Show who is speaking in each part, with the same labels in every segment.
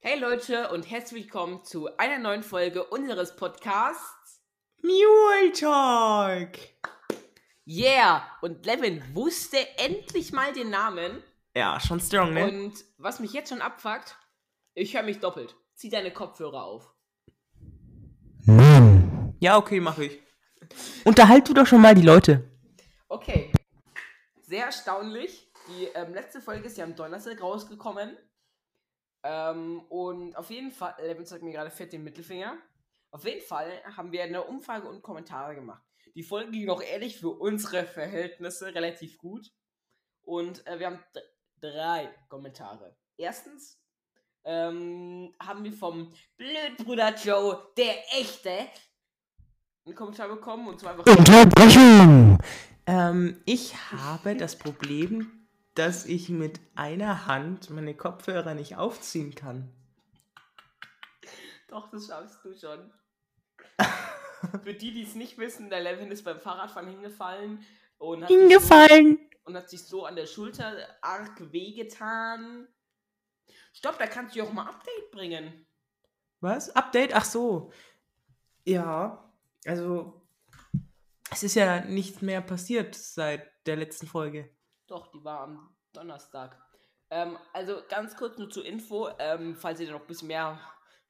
Speaker 1: Hey Leute und herzlich willkommen zu einer neuen Folge unseres Podcasts.
Speaker 2: Mule Talk.
Speaker 1: Yeah! Und Levin wusste endlich mal den Namen.
Speaker 2: Ja, schon strong, ne?
Speaker 1: Und was mich jetzt schon abfuckt, ich höre mich doppelt. Zieh deine Kopfhörer auf.
Speaker 2: Ja, okay, mach ich. Unterhalt du doch schon mal die Leute.
Speaker 1: Okay. Sehr erstaunlich. Die ähm, letzte Folge ist ja am Donnerstag rausgekommen. Ähm, und auf jeden Fall, Levin zeigt mir gerade fett den Mittelfinger. Auf jeden Fall haben wir eine Umfrage und Kommentare gemacht. Die Folge ging auch ehrlich für unsere Verhältnisse relativ gut. Und äh, wir haben d- drei Kommentare. Erstens ähm, haben wir vom Blödbruder Joe, der echte, einen Kommentar bekommen. Und zwar einfach.
Speaker 2: Unterbrechung. Ähm, ich habe das Problem, dass ich mit einer Hand meine Kopfhörer nicht aufziehen kann.
Speaker 1: Doch, das schaffst du schon. Für die, die es nicht wissen, der Levin ist beim Fahrradfahren hingefallen und hat, Sich, so, und hat sich so an der Schulter arg wehgetan. Stopp, da kannst du ja auch mal Update bringen.
Speaker 2: Was? Update? Ach so. Ja, also es ist ja nichts mehr passiert seit der letzten Folge.
Speaker 1: Doch, die war am Donnerstag. Ähm, also ganz kurz nur zur Info, ähm, falls ihr da noch ein bisschen mehr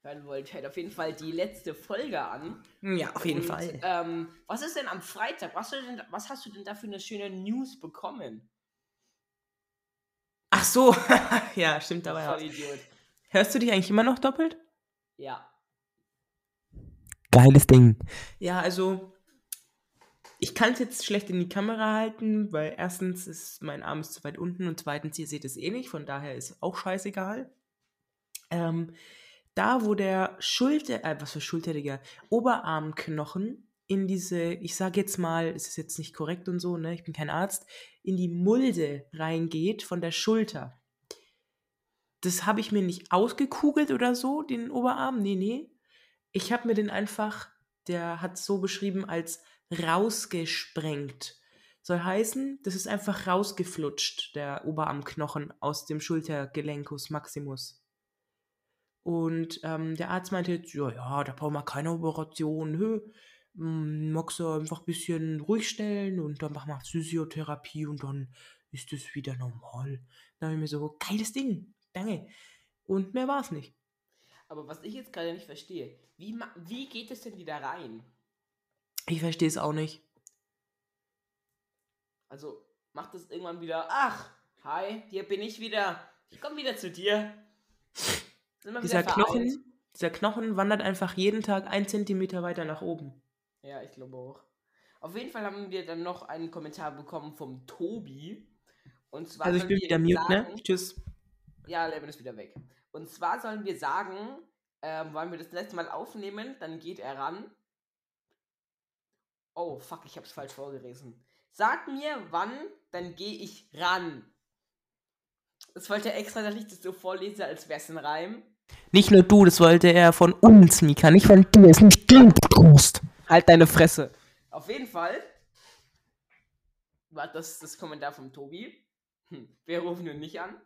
Speaker 1: hören wollt, hört auf jeden Fall die letzte Folge an.
Speaker 2: Ja, auf jeden
Speaker 1: Und,
Speaker 2: Fall.
Speaker 1: Ähm, was ist denn am Freitag? Was, hast du denn, was hast du denn da für eine schöne News bekommen?
Speaker 2: Ach so. ja, stimmt dabei.
Speaker 1: Voll
Speaker 2: Auch.
Speaker 1: Idiot.
Speaker 2: Hörst du dich eigentlich immer noch doppelt?
Speaker 1: Ja.
Speaker 2: Geiles Ding. Ja, also ich kann es jetzt schlecht in die Kamera halten, weil erstens ist mein Arm ist zu weit unten und zweitens, ihr seht es eh nicht, von daher ist auch scheißegal. Ähm, da, wo der Schulter, äh, was für Schulter, Digga, Oberarmknochen in diese, ich sag jetzt mal, es ist jetzt nicht korrekt und so, ne, ich bin kein Arzt, in die Mulde reingeht von der Schulter. Das habe ich mir nicht ausgekugelt oder so, den Oberarm, nee, nee, ich habe mir den einfach, der hat so beschrieben als rausgesprengt. Soll heißen, das ist einfach rausgeflutscht, der Oberarmknochen aus dem Schultergelenkus maximus. Und ähm, der Arzt meinte jetzt, ja, ja, da brauchen wir keine Operation, hö. Hm, Magst du einfach ein bisschen ruhig stellen und dann machen wir Physiotherapie und dann ist es wieder normal. Da habe ich mir so, geiles Ding, danke. Und mehr war es nicht.
Speaker 1: Aber was ich jetzt gerade nicht verstehe, wie, ma- wie geht es denn wieder rein?
Speaker 2: Ich verstehe es auch nicht.
Speaker 1: Also macht es irgendwann wieder, ach, hi, hier bin ich wieder. Ich komme wieder zu dir. Sind wir
Speaker 2: Dieser
Speaker 1: vereint?
Speaker 2: Knochen, dieser Knochen wandert einfach jeden Tag einen Zentimeter weiter nach oben.
Speaker 1: Ja, ich glaube auch. Auf jeden Fall haben wir dann noch einen Kommentar bekommen vom Tobi. Und zwar
Speaker 2: Also ich
Speaker 1: sollen
Speaker 2: bin
Speaker 1: wir
Speaker 2: wieder
Speaker 1: ihm
Speaker 2: mute, ne?
Speaker 1: sagen-
Speaker 2: Tschüss.
Speaker 1: Ja, Levin ist wieder weg. Und zwar sollen wir sagen, ähm, wollen wir das letzte Mal aufnehmen, dann geht er ran. Oh, fuck, ich hab's falsch vorgelesen. Sag mir wann, dann gehe ich ran. Das wollte er extra, dass ich das so vorlese, als wär's ein Reim.
Speaker 2: Nicht nur du, das wollte er von uns, Mika, nicht von dir. Ist nicht dein Trost. Halt deine Fresse.
Speaker 1: Auf jeden Fall war das das Kommentar vom Tobi. Hm, wir rufen ihn nicht an.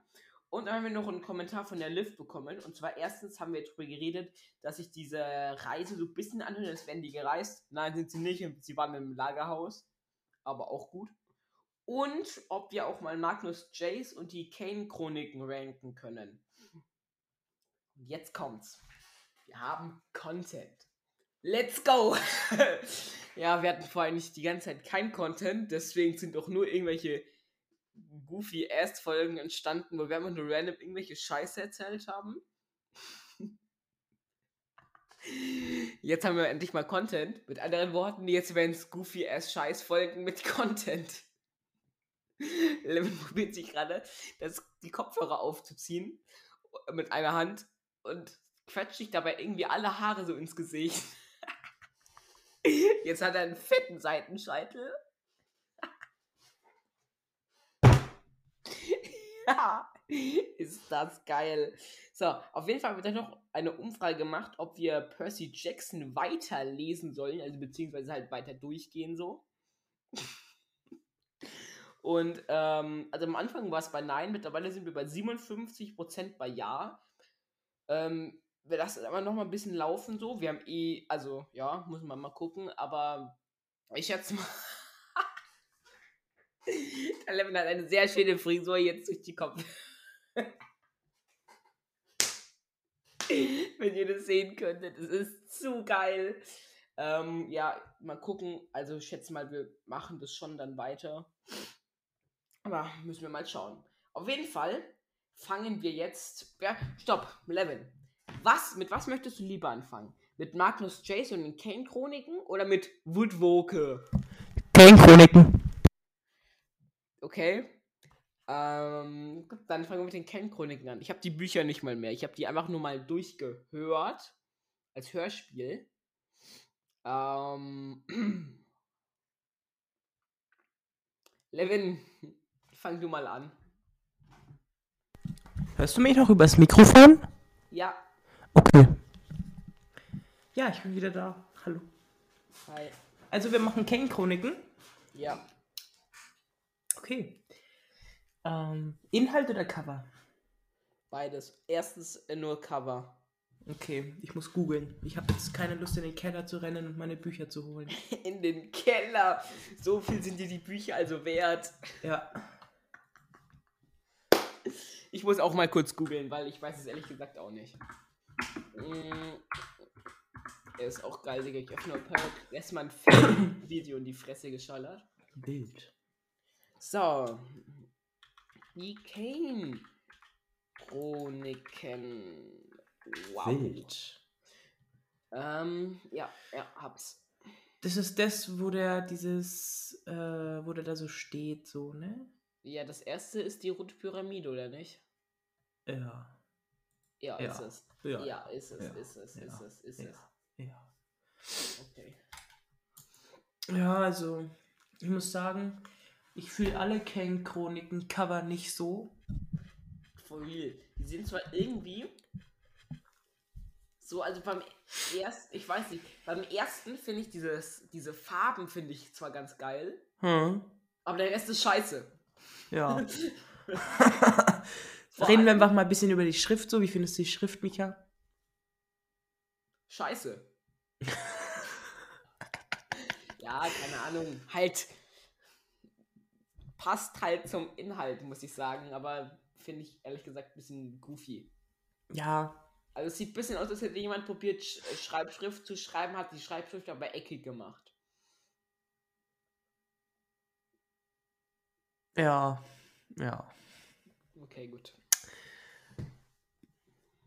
Speaker 1: Und dann haben wir noch einen Kommentar von der Liv bekommen. Und zwar erstens haben wir darüber geredet, dass sich diese Reise so ein bisschen anhört, als wären die gereist. Nein, sind sie nicht. Sie waren im Lagerhaus. Aber auch gut. Und ob wir auch mal Magnus Jace und die Kane-Chroniken ranken können. Und jetzt kommt's. Wir haben Content. Let's go! ja, wir hatten vorher nicht die ganze Zeit kein Content, deswegen sind auch nur irgendwelche goofy ass Folgen entstanden, wo wir einfach nur random irgendwelche Scheiße erzählt haben. Jetzt haben wir endlich mal Content. Mit anderen Worten, jetzt werden es goofy ass Scheiß Folgen mit Content. Levin probiert sich gerade, das, die Kopfhörer aufzuziehen mit einer Hand und quetscht sich dabei irgendwie alle Haare so ins Gesicht. Jetzt hat er einen fetten Seitenscheitel. ja, ist das geil. So, auf jeden Fall wird dann noch eine Umfrage gemacht, ob wir Percy Jackson weiterlesen sollen, also beziehungsweise halt weiter durchgehen so. Und ähm, also am Anfang war es bei Nein, mittlerweile sind wir bei 57% bei Ja. Ähm, wir lassen es aber noch mal ein bisschen laufen so. Wir haben eh, also ja, muss man mal gucken, aber ich schätze mal. Der Levin hat eine sehr schöne Frisur jetzt durch die Kopf. Wenn ihr das sehen könntet, es ist zu geil. Ähm, ja, mal gucken. Also ich schätze mal, wir machen das schon dann weiter. Aber müssen wir mal schauen. Auf jeden Fall fangen wir jetzt. Ja, stopp, Levin. Was, mit was möchtest du lieber anfangen? Mit Magnus Chase und den Kane-Chroniken oder mit Woodwoke?
Speaker 2: Kane-Chroniken.
Speaker 1: Okay. Ähm, gut, dann fangen wir mit den Kane-Chroniken an. Ich habe die Bücher nicht mal mehr. Ich habe die einfach nur mal durchgehört. Als Hörspiel. Ähm. Levin, fang du mal an.
Speaker 2: Hörst du mich noch übers Mikrofon?
Speaker 1: Ja.
Speaker 2: Okay. Ja, ich bin wieder da. Hallo.
Speaker 1: Hi.
Speaker 2: Also wir machen Kane-Chroniken.
Speaker 1: Ja.
Speaker 2: Okay. Ähm, Inhalt oder Cover?
Speaker 1: Beides. Erstens äh, nur Cover.
Speaker 2: Okay, ich muss googeln. Ich habe jetzt keine Lust, in den Keller zu rennen und meine Bücher zu holen.
Speaker 1: In den Keller. So viel sind dir die Bücher also wert.
Speaker 2: Ja.
Speaker 1: Ich muss auch mal kurz googeln, weil ich weiß es ehrlich gesagt auch nicht. Mm. Er ist auch geil, Digga. Ich öffne Perk. Erstmal ein Film- Video in die Fresse geschallert.
Speaker 2: Bild.
Speaker 1: So. Die Kane-Chroniken. Wow.
Speaker 2: Bild.
Speaker 1: Ähm, ja, ja, hab's.
Speaker 2: Das ist das, wo der dieses, äh, wo der da so steht, so, ne?
Speaker 1: Ja, das erste ist die rote Pyramide, oder nicht?
Speaker 2: Ja.
Speaker 1: Ja,
Speaker 2: Ja.
Speaker 1: ist es. Ja,
Speaker 2: Ja.
Speaker 1: ist es,
Speaker 2: Ja.
Speaker 1: ist es, ist
Speaker 2: Ja.
Speaker 1: es, ist
Speaker 2: Ja. Ja,
Speaker 1: es. Okay.
Speaker 2: ja also, ich muss sagen, ich fühle alle Kane-Chroniken-Cover nicht so.
Speaker 1: For real. Die sind zwar irgendwie so, also beim ersten, ich weiß nicht, beim ersten finde ich dieses, diese Farben finde ich zwar ganz geil,
Speaker 2: Hm.
Speaker 1: aber der Rest ist scheiße.
Speaker 2: Ja.
Speaker 1: Vor
Speaker 2: Reden
Speaker 1: allem-
Speaker 2: wir einfach mal ein bisschen über die Schrift so. Wie findest du die Schrift, Micha?
Speaker 1: Scheiße. ja, keine Ahnung. Halt. Passt halt zum Inhalt, muss ich sagen, aber finde ich ehrlich gesagt ein bisschen goofy.
Speaker 2: Ja.
Speaker 1: Also es sieht ein bisschen aus, als hätte jemand probiert, Sch äh, Schreibschrift zu schreiben, hat die Schreibschrift aber eckig gemacht.
Speaker 2: Ja. Ja.
Speaker 1: Okay, gut.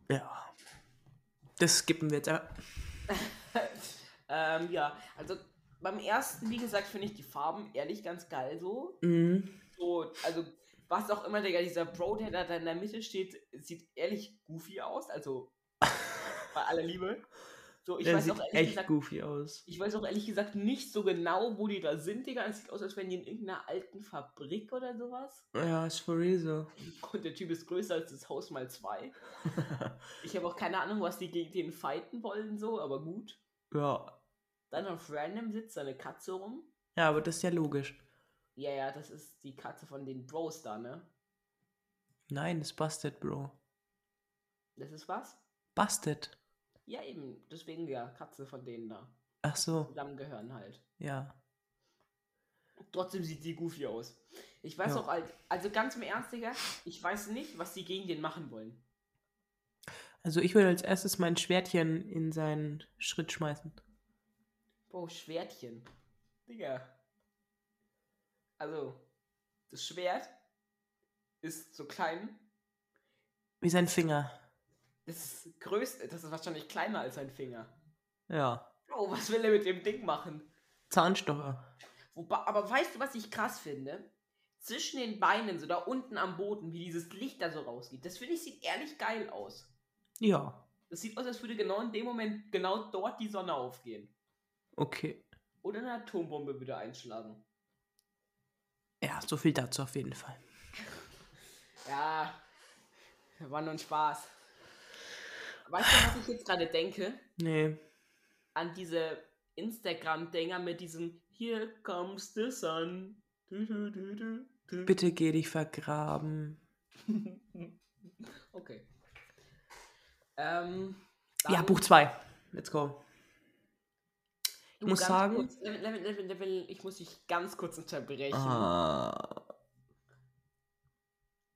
Speaker 2: Ja. Das skippen wir jetzt. äh,
Speaker 1: Ähm, ja, also beim ersten, wie gesagt, finde ich die Farben ehrlich ganz geil so.
Speaker 2: Mhm.
Speaker 1: So, also was auch immer, Digga, dieser Bro, der da in der Mitte steht, sieht ehrlich goofy aus. Also bei aller Liebe. So, ich
Speaker 2: Der
Speaker 1: weiß
Speaker 2: sieht
Speaker 1: auch ehrlich
Speaker 2: echt
Speaker 1: gesagt,
Speaker 2: goofy aus.
Speaker 1: ich weiß auch ehrlich gesagt nicht so genau, wo die da sind, Digga. Es sieht aus, als wären die in irgendeiner alten Fabrik oder sowas.
Speaker 2: Ja, ist for real so.
Speaker 1: Und der Typ ist größer als das Haus mal zwei. Ich habe auch keine Ahnung, was die gegen den fighten wollen, so, aber gut.
Speaker 2: Ja.
Speaker 1: Dann auf random sitzt seine Katze rum.
Speaker 2: Ja, aber das ist ja logisch.
Speaker 1: Ja, ja, das ist die Katze von den Bros da, ne?
Speaker 2: Nein, das ist Busted, Bro.
Speaker 1: Das ist was?
Speaker 2: Busted.
Speaker 1: Ja, eben. Deswegen ja, Katze von denen da.
Speaker 2: Ach so,
Speaker 1: Zusammengehören halt.
Speaker 2: ja.
Speaker 1: Trotzdem sieht die goofy aus. Ich weiß
Speaker 2: Ja.
Speaker 1: auch, halt- also ganz im Ernst, Digga, ich weiß nicht, was die gegen den machen wollen.
Speaker 2: Also ich würde als erstes mein Schwertchen in seinen Schritt schmeißen.
Speaker 1: Bro, Schwertchen. Digga. Also, das Schwert ist so klein.
Speaker 2: Wie sein Finger.
Speaker 1: Das ist größte, das ist wahrscheinlich kleiner als ein Finger.
Speaker 2: Ja.
Speaker 1: Bro, was will er mit dem Ding machen?
Speaker 2: Zahnstocher.
Speaker 1: Wobei, aber weißt du, was ich krass finde? Zwischen den Beinen, so da unten am Boden, wie dieses Licht da so rausgeht. Das finde ich sieht ehrlich geil aus.
Speaker 2: Ja.
Speaker 1: Das sieht aus, als würde genau in dem Moment genau dort die Sonne aufgehen.
Speaker 2: Okay.
Speaker 1: Oder eine Atombombe würde einschlagen.
Speaker 2: Ja, so viel dazu auf jeden Fall.
Speaker 1: Ja, war nur ein Spaß. Weißt du, was ich jetzt gerade denke?
Speaker 2: Nee.
Speaker 1: An diese Instagram-Dinger mit diesem Here comes the sun. Du, du, du, du, du.
Speaker 2: Bitte geh dich vergraben.
Speaker 1: Okay. Ähm,
Speaker 2: Ja,
Speaker 1: dann-
Speaker 2: Buch 2. Let's go.
Speaker 1: Du,
Speaker 2: muss
Speaker 1: ganz
Speaker 2: sagen-
Speaker 1: Kurz, Level, Level, Level, Level, ich muss dich ganz kurz unterbrechen.
Speaker 2: Ah.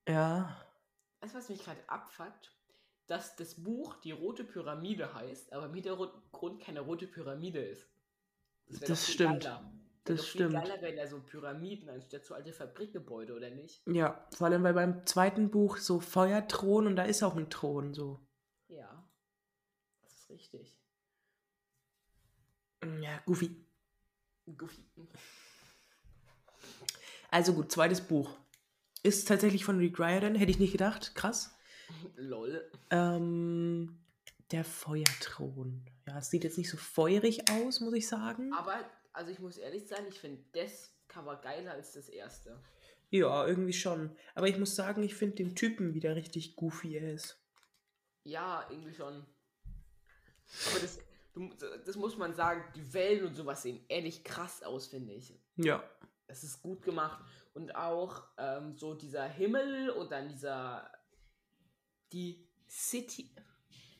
Speaker 2: Ja.
Speaker 1: Weißt du, was mich gerade abfuckt? Dass das Buch die Rote Pyramide heißt, aber im Hintergrund keine rote Pyramide ist. wär doch
Speaker 2: Das
Speaker 1: viel
Speaker 2: stimmt.
Speaker 1: Geiler. Wär
Speaker 2: Das
Speaker 1: doch viel
Speaker 2: stimmt.
Speaker 1: Geiler wären da so Pyramiden anstatt so alte Fabrikgebäude, oder nicht?
Speaker 2: Ja, vor allem weil beim zweiten Buch so Feuerthron und da ist auch ein Thron so.
Speaker 1: Ja. Das ist richtig.
Speaker 2: Ja, goofy.
Speaker 1: Goofy.
Speaker 2: Also gut, zweites Buch. Ist tatsächlich von Rick Riordan, hätte ich nicht gedacht. Krass.
Speaker 1: Lol.
Speaker 2: Ähm, der Feuerthron. Ja, es sieht jetzt nicht so feurig aus, muss ich sagen.
Speaker 1: Aber, also ich muss ehrlich sein, ich finde das Cover geiler als das erste.
Speaker 2: Ja, irgendwie schon. Aber ich muss sagen, ich finde den Typen wieder richtig goofy er ist.
Speaker 1: Ja, irgendwie schon. Aber das, du, das muss man sagen, die Wellen und sowas sehen ehrlich krass aus, finde ich.
Speaker 2: Ja.
Speaker 1: Es ist gut gemacht. Und auch ähm, so dieser Himmel und dann dieser. Die City.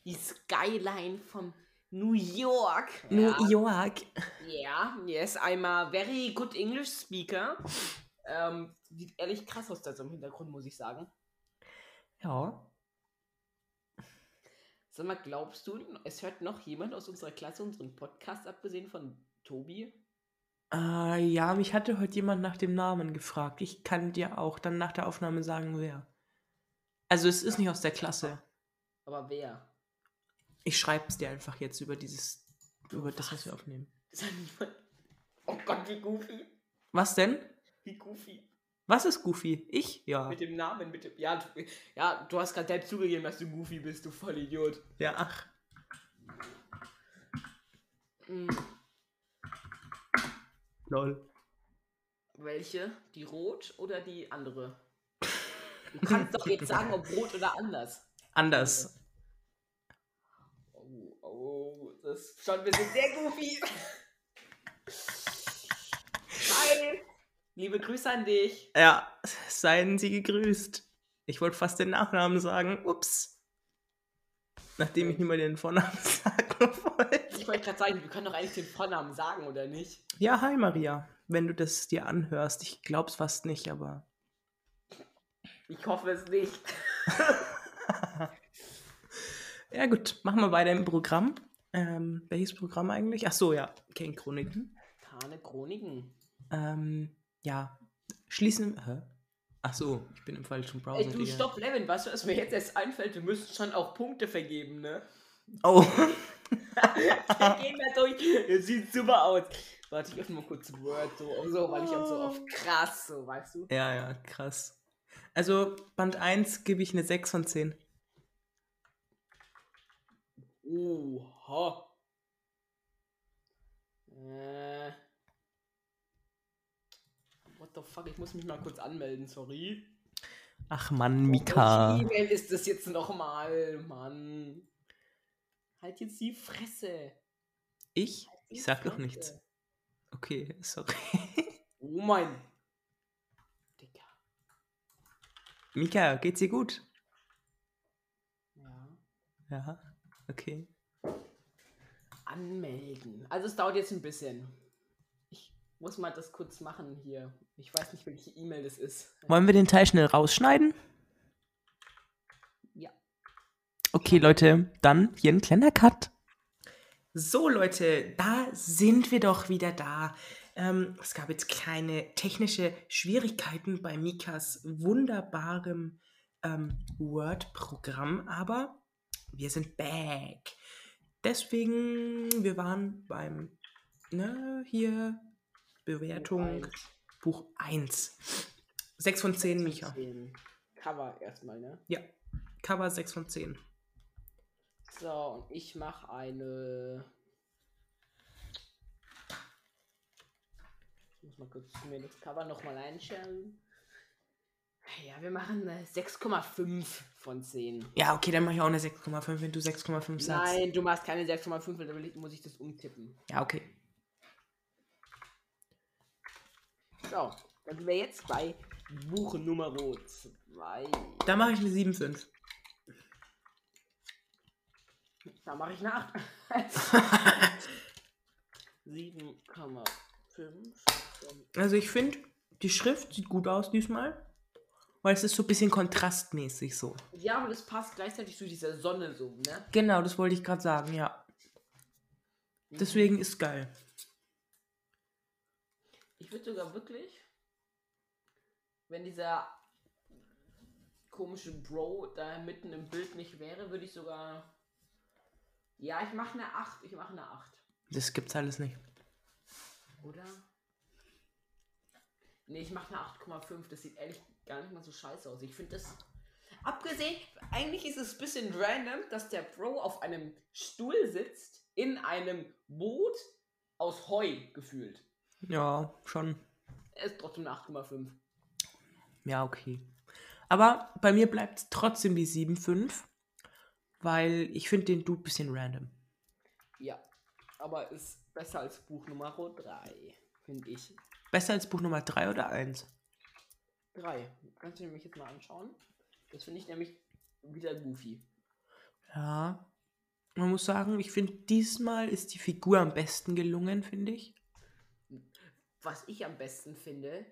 Speaker 1: Die Skyline von New York.
Speaker 2: New
Speaker 1: ja,
Speaker 2: York.
Speaker 1: yeah, yes, I'm a very good English speaker. Ähm, sieht ehrlich krass aus da so im Hintergrund, muss ich sagen.
Speaker 2: Ja.
Speaker 1: Sag mal, glaubst du, es hört noch jemand aus unserer Klasse unseren Podcast, abgesehen von Tobi?
Speaker 2: Äh, ja, mich hatte heute jemand nach dem Namen gefragt. Ich kann dir auch dann nach der Aufnahme sagen, wer. Also es ist nicht aus der Klasse.
Speaker 1: Aber wer?
Speaker 2: Ich schreibe es dir einfach jetzt über dieses, über das, was wir aufnehmen.
Speaker 1: Ist da niemand? Oh Gott, wie goofy.
Speaker 2: Was denn?
Speaker 1: Wie goofy.
Speaker 2: Was ist Goofy? Ich? Ja.
Speaker 1: Mit dem Namen, mit dem. Ja, du, ja, du hast gerade selbst zugegeben, dass du goofy bist, du Vollidiot.
Speaker 2: Ja, ach.
Speaker 1: Hm,
Speaker 2: Lol.
Speaker 1: welche? Die rot oder die andere? Du kannst doch jetzt sagen, ob rot oder anders.
Speaker 2: Anders.
Speaker 1: Oh, oh, das ist schon ein bisschen sehr goofy. Hi. Liebe Grüße an dich.
Speaker 2: Ja, seien Sie gegrüßt. Ich wollte fast den Nachnamen sagen. Ups. Nachdem ich nicht mal den Vornamen sagen wollte.
Speaker 1: Ich wollte gerade sagen, wir können doch eigentlich den Vornamen sagen, oder nicht?
Speaker 2: Ja, hi Maria. Wenn du das dir anhörst, ich glaub's fast nicht, aber.
Speaker 1: Ich hoffe es nicht.
Speaker 2: Ja, gut, machen wir weiter im Programm. Ähm, welches Programm eigentlich? Ach so, ja, Kane Chroniken.
Speaker 1: Tane Chroniken.
Speaker 2: Ähm, ja, schließen. Hä? Ach Oh, so, ich bin im falschen Browser.
Speaker 1: Ey, du,
Speaker 2: Digga.
Speaker 1: stopp, Levin, weißt du, was mir jetzt erst einfällt? Wir müssen schon auch Punkte vergeben, ne?
Speaker 2: Oh.
Speaker 1: Wir gehen da durch. Das sieht super aus. Warte, ich öffne mal kurz Word, so, und so weil ich auch so auf krass, so, weißt du?
Speaker 2: Ja, ja, krass. Also Band 1 gebe ich eine 6 von 10.
Speaker 1: Oha. Äh. What the fuck, ich muss mich mal kurz anmelden, sorry.
Speaker 2: Ach Mann, Mika.
Speaker 1: Welche E-Mail ist das jetzt nochmal, Mann? Halt jetzt die Fresse.
Speaker 2: Ich?
Speaker 1: Die
Speaker 2: Ich sag doch
Speaker 1: Fresse.
Speaker 2: nichts. Okay, sorry.
Speaker 1: Oh mein. Digga.
Speaker 2: Mika, geht's dir gut?
Speaker 1: Ja.
Speaker 2: Ja, okay.
Speaker 1: Anmelden. Also es dauert jetzt ein bisschen. Ich muss mal das kurz machen hier. Ich weiß nicht, welche E-Mail das ist.
Speaker 2: Wollen wir den Teil schnell rausschneiden?
Speaker 1: Ja.
Speaker 2: Okay, Leute, dann hier ein kleiner Cut. So, Leute, da sind wir doch wieder da. Ähm, es gab jetzt kleine technische Schwierigkeiten bei Mikas wunderbarem ähm, Word-Programm, aber wir sind back. Deswegen, wir waren beim, ne, hier, Bewertung, Buch 1. 6 von 10, Mika.
Speaker 1: Den Cover erstmal, ne?
Speaker 2: Ja, Cover 6 von 10.
Speaker 1: So, und ich mache eine. Ich muss mal kurz mir das Cover nochmal einstellen. Ja, wir machen äh, eine 6,5 von 10.
Speaker 2: Ja, okay, dann mache ich auch eine 6,5, wenn du 6,5 sagst.
Speaker 1: Nein, du machst keine 6,5, weil dann will ich- muss ich das umtippen.
Speaker 2: Ja, okay.
Speaker 1: So, dann sind wir jetzt bei Buch Nummer 2.
Speaker 2: Dann mache ich eine 7,5.
Speaker 1: Da mache ich eine 8. 7,5.
Speaker 2: Also ich finde, die Schrift sieht gut aus diesmal. Weil es ist so ein bisschen kontrastmäßig so.
Speaker 1: Ja, und es passt gleichzeitig zu dieser Sonne so, ne?
Speaker 2: Genau, das wollte ich gerade sagen, ja. Deswegen ist geil.
Speaker 1: Ich würde sogar wirklich, wenn dieser komische Bro da mitten im Bild nicht wäre, würde ich sogar. Ja, ich mache eine 8. Ich mache eine 8.
Speaker 2: Das gibt's alles nicht.
Speaker 1: Oder? Nee, ich mache eine 8,5. Das sieht ehrlich gar nicht mal so scheiße aus. Ich finde das. Abgesehen, eigentlich ist es ein bisschen random, dass der Bro auf einem Stuhl sitzt, in einem Boot aus Heu gefühlt.
Speaker 2: Ja, schon.
Speaker 1: Er ist trotzdem eine 8,5.
Speaker 2: Ja, okay. Aber bei mir bleibt es trotzdem die 7,5, weil ich finde den Dude ein bisschen random.
Speaker 1: Ja, aber ist besser als Buch Nummer 3, finde ich.
Speaker 2: Besser als Buch Nummer 3 oder 1?
Speaker 1: 3. Kannst du nämlich jetzt mal anschauen? Das finde ich nämlich wieder goofy.
Speaker 2: Ja. Man muss sagen, ich finde, diesmal ist die Figur am besten gelungen, finde ich.
Speaker 1: Was ich am besten finde,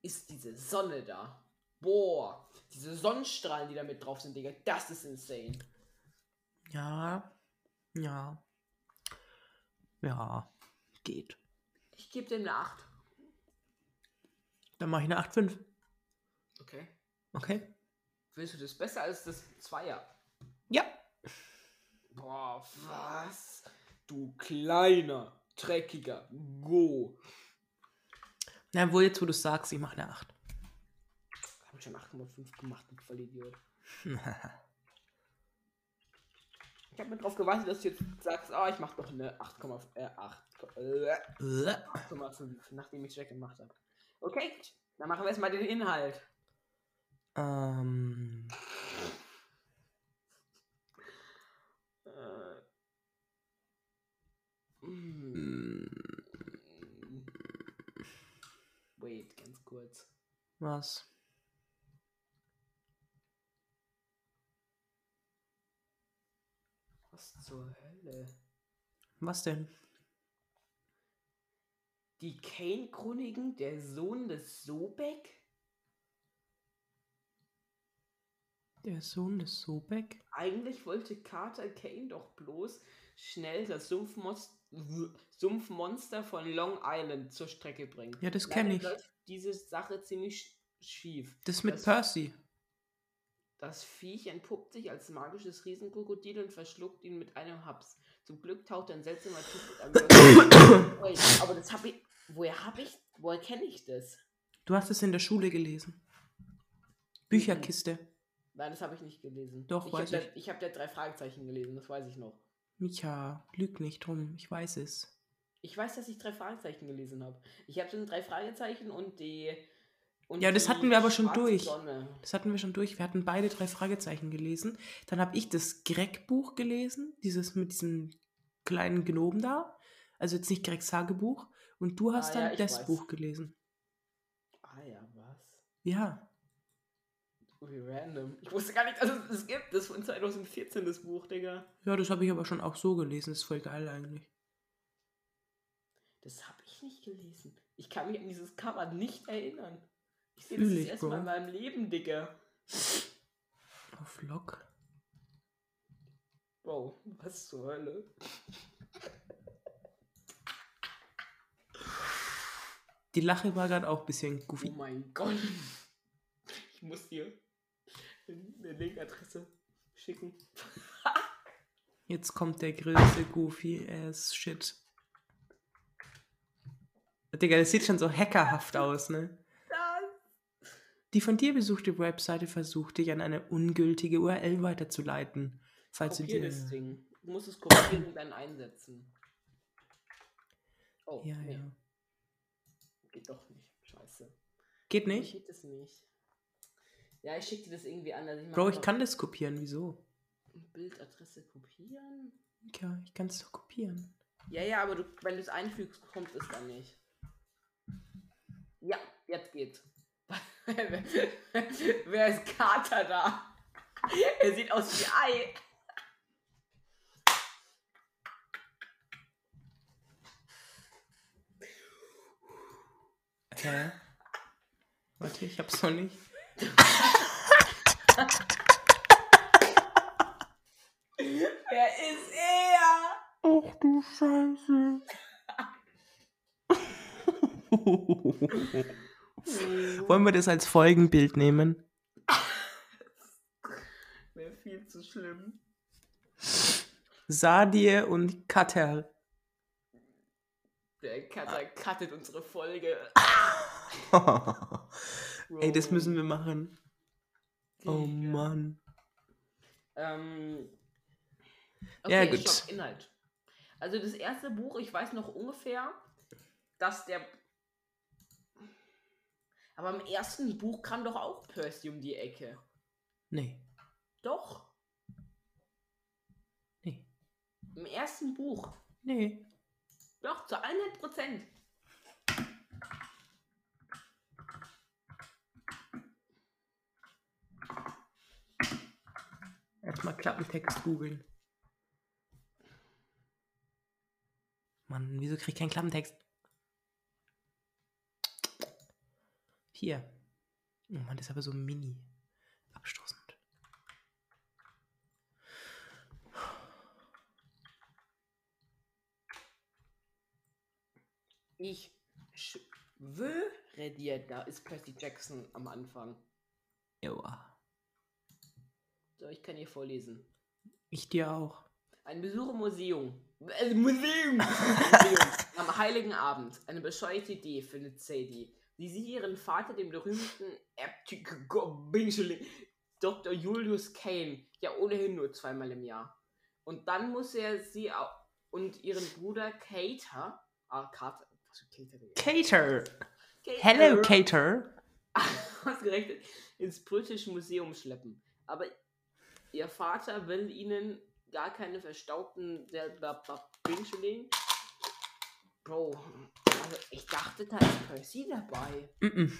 Speaker 1: ist diese Sonne da. Boah, diese Sonnenstrahlen, die da mit drauf sind, Digga, das ist insane.
Speaker 2: Ja. Ja. Ja. Geht.
Speaker 1: Ich gebe dem eine 8.
Speaker 2: Dann mache ich eine 8,5.
Speaker 1: Okay.
Speaker 2: Okay?
Speaker 1: Findest du das besser als das Zweier?
Speaker 2: Ja.
Speaker 1: Boah, was? Du kleiner, dreckiger Go.
Speaker 2: Na, wohl jetzt, wo du sagst, ich mache eine 8.
Speaker 1: Ich habe schon 8,5 gemacht, du Vollidiot. Ich habe mir drauf gewartet, dass du jetzt sagst, ah, ich mache doch eine 8,5, äh, 8, äh, 8,5, nachdem ich Jack gemacht habe. Okay, dann machen wir jetzt mal den Inhalt.
Speaker 2: ähm,
Speaker 1: Äh. Wait, ganz kurz.
Speaker 2: was?
Speaker 1: Was zur Hölle?
Speaker 2: Was denn?
Speaker 1: Die Kane-Chroniken, der Sohn des Sobek?
Speaker 2: Der Sohn des Sobek?
Speaker 1: Eigentlich wollte Carter Kane doch bloß schnell das Sumpfmonst- Sumpfmonster von Long Island zur Strecke bringen.
Speaker 2: Ja, das
Speaker 1: Leider
Speaker 2: kenne ich.
Speaker 1: läuft Diese Sache ziemlich sch- schief.
Speaker 2: Das mit
Speaker 1: das-
Speaker 2: Percy.
Speaker 1: Das Viech entpuppt sich als magisches Riesenkrokodil und verschluckt ihn mit einem Haps. Zum Glück taucht ein seltsamer Typ mit einem. Wait, aber das habe ich. Woher habe ich. Woher kenne ich das?
Speaker 2: Du hast es in der Schule gelesen. Bücherkiste.
Speaker 1: Nein, das habe ich nicht gelesen.
Speaker 2: Doch,
Speaker 1: ich
Speaker 2: weiß
Speaker 1: hab da-
Speaker 2: ich.
Speaker 1: ich habe da drei Fragezeichen gelesen, das weiß ich noch.
Speaker 2: Micha, lüg nicht drum, ich weiß es.
Speaker 1: Ich weiß, dass ich drei Fragezeichen gelesen habe. Ich habe den drei Fragezeichen und die. Und
Speaker 2: Ja, das
Speaker 1: die
Speaker 2: hatten wir aber schon
Speaker 1: schwarze
Speaker 2: durch.
Speaker 1: Sonne.
Speaker 2: Das hatten wir schon durch. Wir hatten beide drei Fragezeichen gelesen. Dann habe ich das Greg-Buch gelesen, dieses mit diesem kleinen Gnomen da. Also jetzt nicht Gregs Tagebuch. Und du hast
Speaker 1: Ah,
Speaker 2: dann
Speaker 1: ja, ich
Speaker 2: das
Speaker 1: weiß.
Speaker 2: Buch gelesen.
Speaker 1: Ah ja, was?
Speaker 2: Ja.
Speaker 1: Wie random. Ich wusste gar nicht, dass es es gibt. Das ist von 2014, das Buch, Digga.
Speaker 2: Ja, das habe ich aber schon auch so gelesen. Das ist voll geil eigentlich.
Speaker 1: Das habe ich nicht gelesen. Ich kann mich an dieses Cover nicht erinnern. Ich sehe
Speaker 2: Fühl
Speaker 1: das das
Speaker 2: ich,
Speaker 1: erste Mal in
Speaker 2: Bro.
Speaker 1: meinem Leben, Digga.
Speaker 2: Auf Lock.
Speaker 1: Wow, was zur Hölle?
Speaker 2: Die Lache war gerade auch ein bisschen
Speaker 1: Oh
Speaker 2: goofy.
Speaker 1: mein Gott. Ich muss dir eine Linkadresse schicken.
Speaker 2: Jetzt kommt der größte goofy ass Shit. Digga, das sieht schon so hackerhaft aus, ne?
Speaker 1: Das.
Speaker 2: Die von dir besuchte Webseite versucht dich an eine ungültige URL weiterzuleiten. Falls du
Speaker 1: Kopier
Speaker 2: dir.
Speaker 1: das Ding. Du musst es kopieren und dann einsetzen. Oh,
Speaker 2: Ja,
Speaker 1: nee,
Speaker 2: ja.
Speaker 1: geht doch nicht. Scheiße.
Speaker 2: Geht
Speaker 1: Mir
Speaker 2: nicht?
Speaker 1: Geht das nicht. Ja, ich schicke dir das irgendwie an. Dass ich
Speaker 2: Bro,
Speaker 1: mach
Speaker 2: ich
Speaker 1: mal
Speaker 2: kann das kopieren. Wieso?
Speaker 1: Bildadresse kopieren.
Speaker 2: Ja, ich kann es doch kopieren.
Speaker 1: Ja, ja, aber du, wenn du es einfügst, kommt es dann nicht. Ja, jetzt geht's. Wer ist Kater da? Er sieht aus wie Ei.
Speaker 2: Okay. Warte, ich hab's noch nicht.
Speaker 1: Wer ist er?
Speaker 2: Ach du Scheiße. Wollen wir das als Folgenbild nehmen?
Speaker 1: Wäre viel zu schlimm.
Speaker 2: Sadie und Kater.
Speaker 1: Der Cutter cuttet unsere Folge.
Speaker 2: Ey, das müssen wir machen. Oh
Speaker 1: Digga.
Speaker 2: Mann.
Speaker 1: Ähm,
Speaker 2: Ja,
Speaker 1: okay,
Speaker 2: gut.
Speaker 1: Stopp, Inhalt. Also das erste Buch, ich weiß noch ungefähr, dass der. Aber im ersten Buch kam doch auch Percy um die Ecke.
Speaker 2: Nee.
Speaker 1: Doch.
Speaker 2: Nee.
Speaker 1: Im ersten Buch.
Speaker 2: Nee.
Speaker 1: Doch, zu 100 Prozent.
Speaker 2: Erstmal Klappentext googeln. Mann, wieso krieg ich keinen Klappentext? Hier. Oh Mann, das ist aber so mini. Abstoßend.
Speaker 1: Ich schwöre dir, da ist Percy Jackson am Anfang.
Speaker 2: Joa.
Speaker 1: So, ich kann hier vorlesen.
Speaker 2: Ich dir auch.
Speaker 1: Ein Besuch im Museum. Äh, Museum! Museum. Am Heiligen Abend. Eine bescheuerte Idee findet Sadie. Sie sieht ihren Vater, den berühmten Äbtigobischling, Dr. Julius Kane, ja ohnehin nur zweimal im Jahr. Und dann muss er sie au- und ihren Bruder Cater. Ah, Cater. Was für Cater, Digga?
Speaker 2: Cater. Hello,
Speaker 1: Cater
Speaker 2: Cater.
Speaker 1: ausgerechnet ins britische Museum schleppen. Aber ihr Vater will ihnen gar keine verstaubten der- der- der Wünsche legen. Bro, also ich dachte, da ist Percy dabei.
Speaker 2: Mm -mm.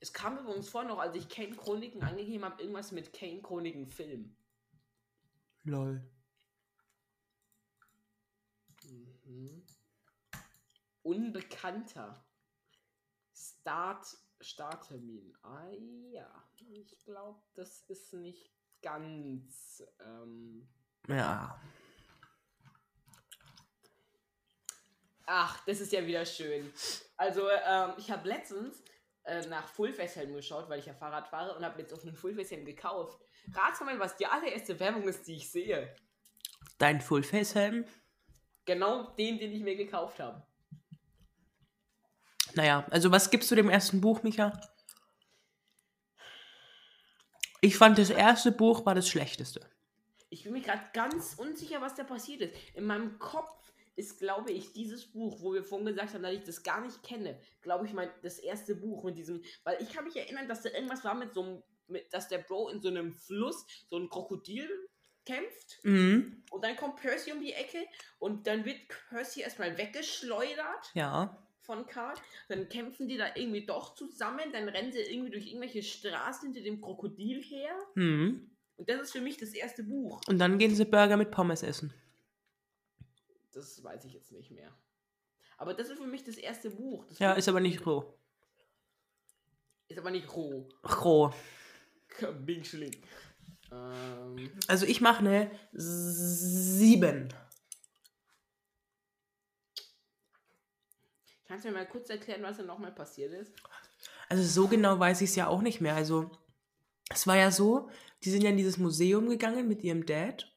Speaker 1: Es kam übrigens vor noch, als ich Kane Chroniken angegeben habe, irgendwas mit Kane Chroniken Film.
Speaker 2: Lol.
Speaker 1: Mhm. Unbekannter. Start, Starttermin. Ah ja, ich glaube, das ist nicht ganz. Ähm
Speaker 2: Ja.
Speaker 1: Ach, das ist ja wieder schön. Also, ähm, ich habe letztens äh, nach Fullface-Helm geschaut, weil ich ja Fahrrad fahre und habe jetzt auf einen Fullface-Helm gekauft. Rat's mal, was die allererste Werbung ist, die ich sehe.
Speaker 2: Dein Full-Face-Helm?
Speaker 1: Genau den, den ich mir gekauft habe.
Speaker 2: Naja, also was gibst du dem ersten Buch, Micha? Ich fand das erste Buch war das schlechteste.
Speaker 1: Ich bin mir gerade ganz unsicher, was da passiert ist. In meinem Kopf ist, glaube ich, dieses Buch, wo wir vorhin gesagt haben, dass ich das gar nicht kenne, glaube ich, mein das erste Buch mit diesem, weil ich kann mich erinnern, dass da irgendwas war mit so einem, mit, dass der Bro in so einem Fluss so ein Krokodil kämpft
Speaker 2: Mhm.
Speaker 1: und dann kommt Percy um die Ecke und dann wird Percy erstmal weggeschleudert
Speaker 2: Ja.
Speaker 1: von Karl. Dann kämpfen die da irgendwie doch zusammen, dann rennen sie irgendwie durch irgendwelche Straßen hinter dem Krokodil her
Speaker 2: Mhm.
Speaker 1: und das ist für mich das erste Buch.
Speaker 2: Und dann gehen sie Burger mit Pommes essen.
Speaker 1: Das weiß ich jetzt nicht mehr. Aber das ist für mich das erste Buch. Das
Speaker 2: Ja,
Speaker 1: ist,
Speaker 2: ist aber nicht roh.
Speaker 1: ist aber nicht roh.
Speaker 2: Roh.
Speaker 1: K- Bing Schling. Ähm,
Speaker 2: Also ich mache eine 7.
Speaker 1: kannst du mir mal kurz erklären, was da nochmal passiert ist?
Speaker 2: Also so genau weiß ich es ja auch nicht mehr. Also es war ja so, die sind ja in dieses Museum gegangen mit ihrem Dad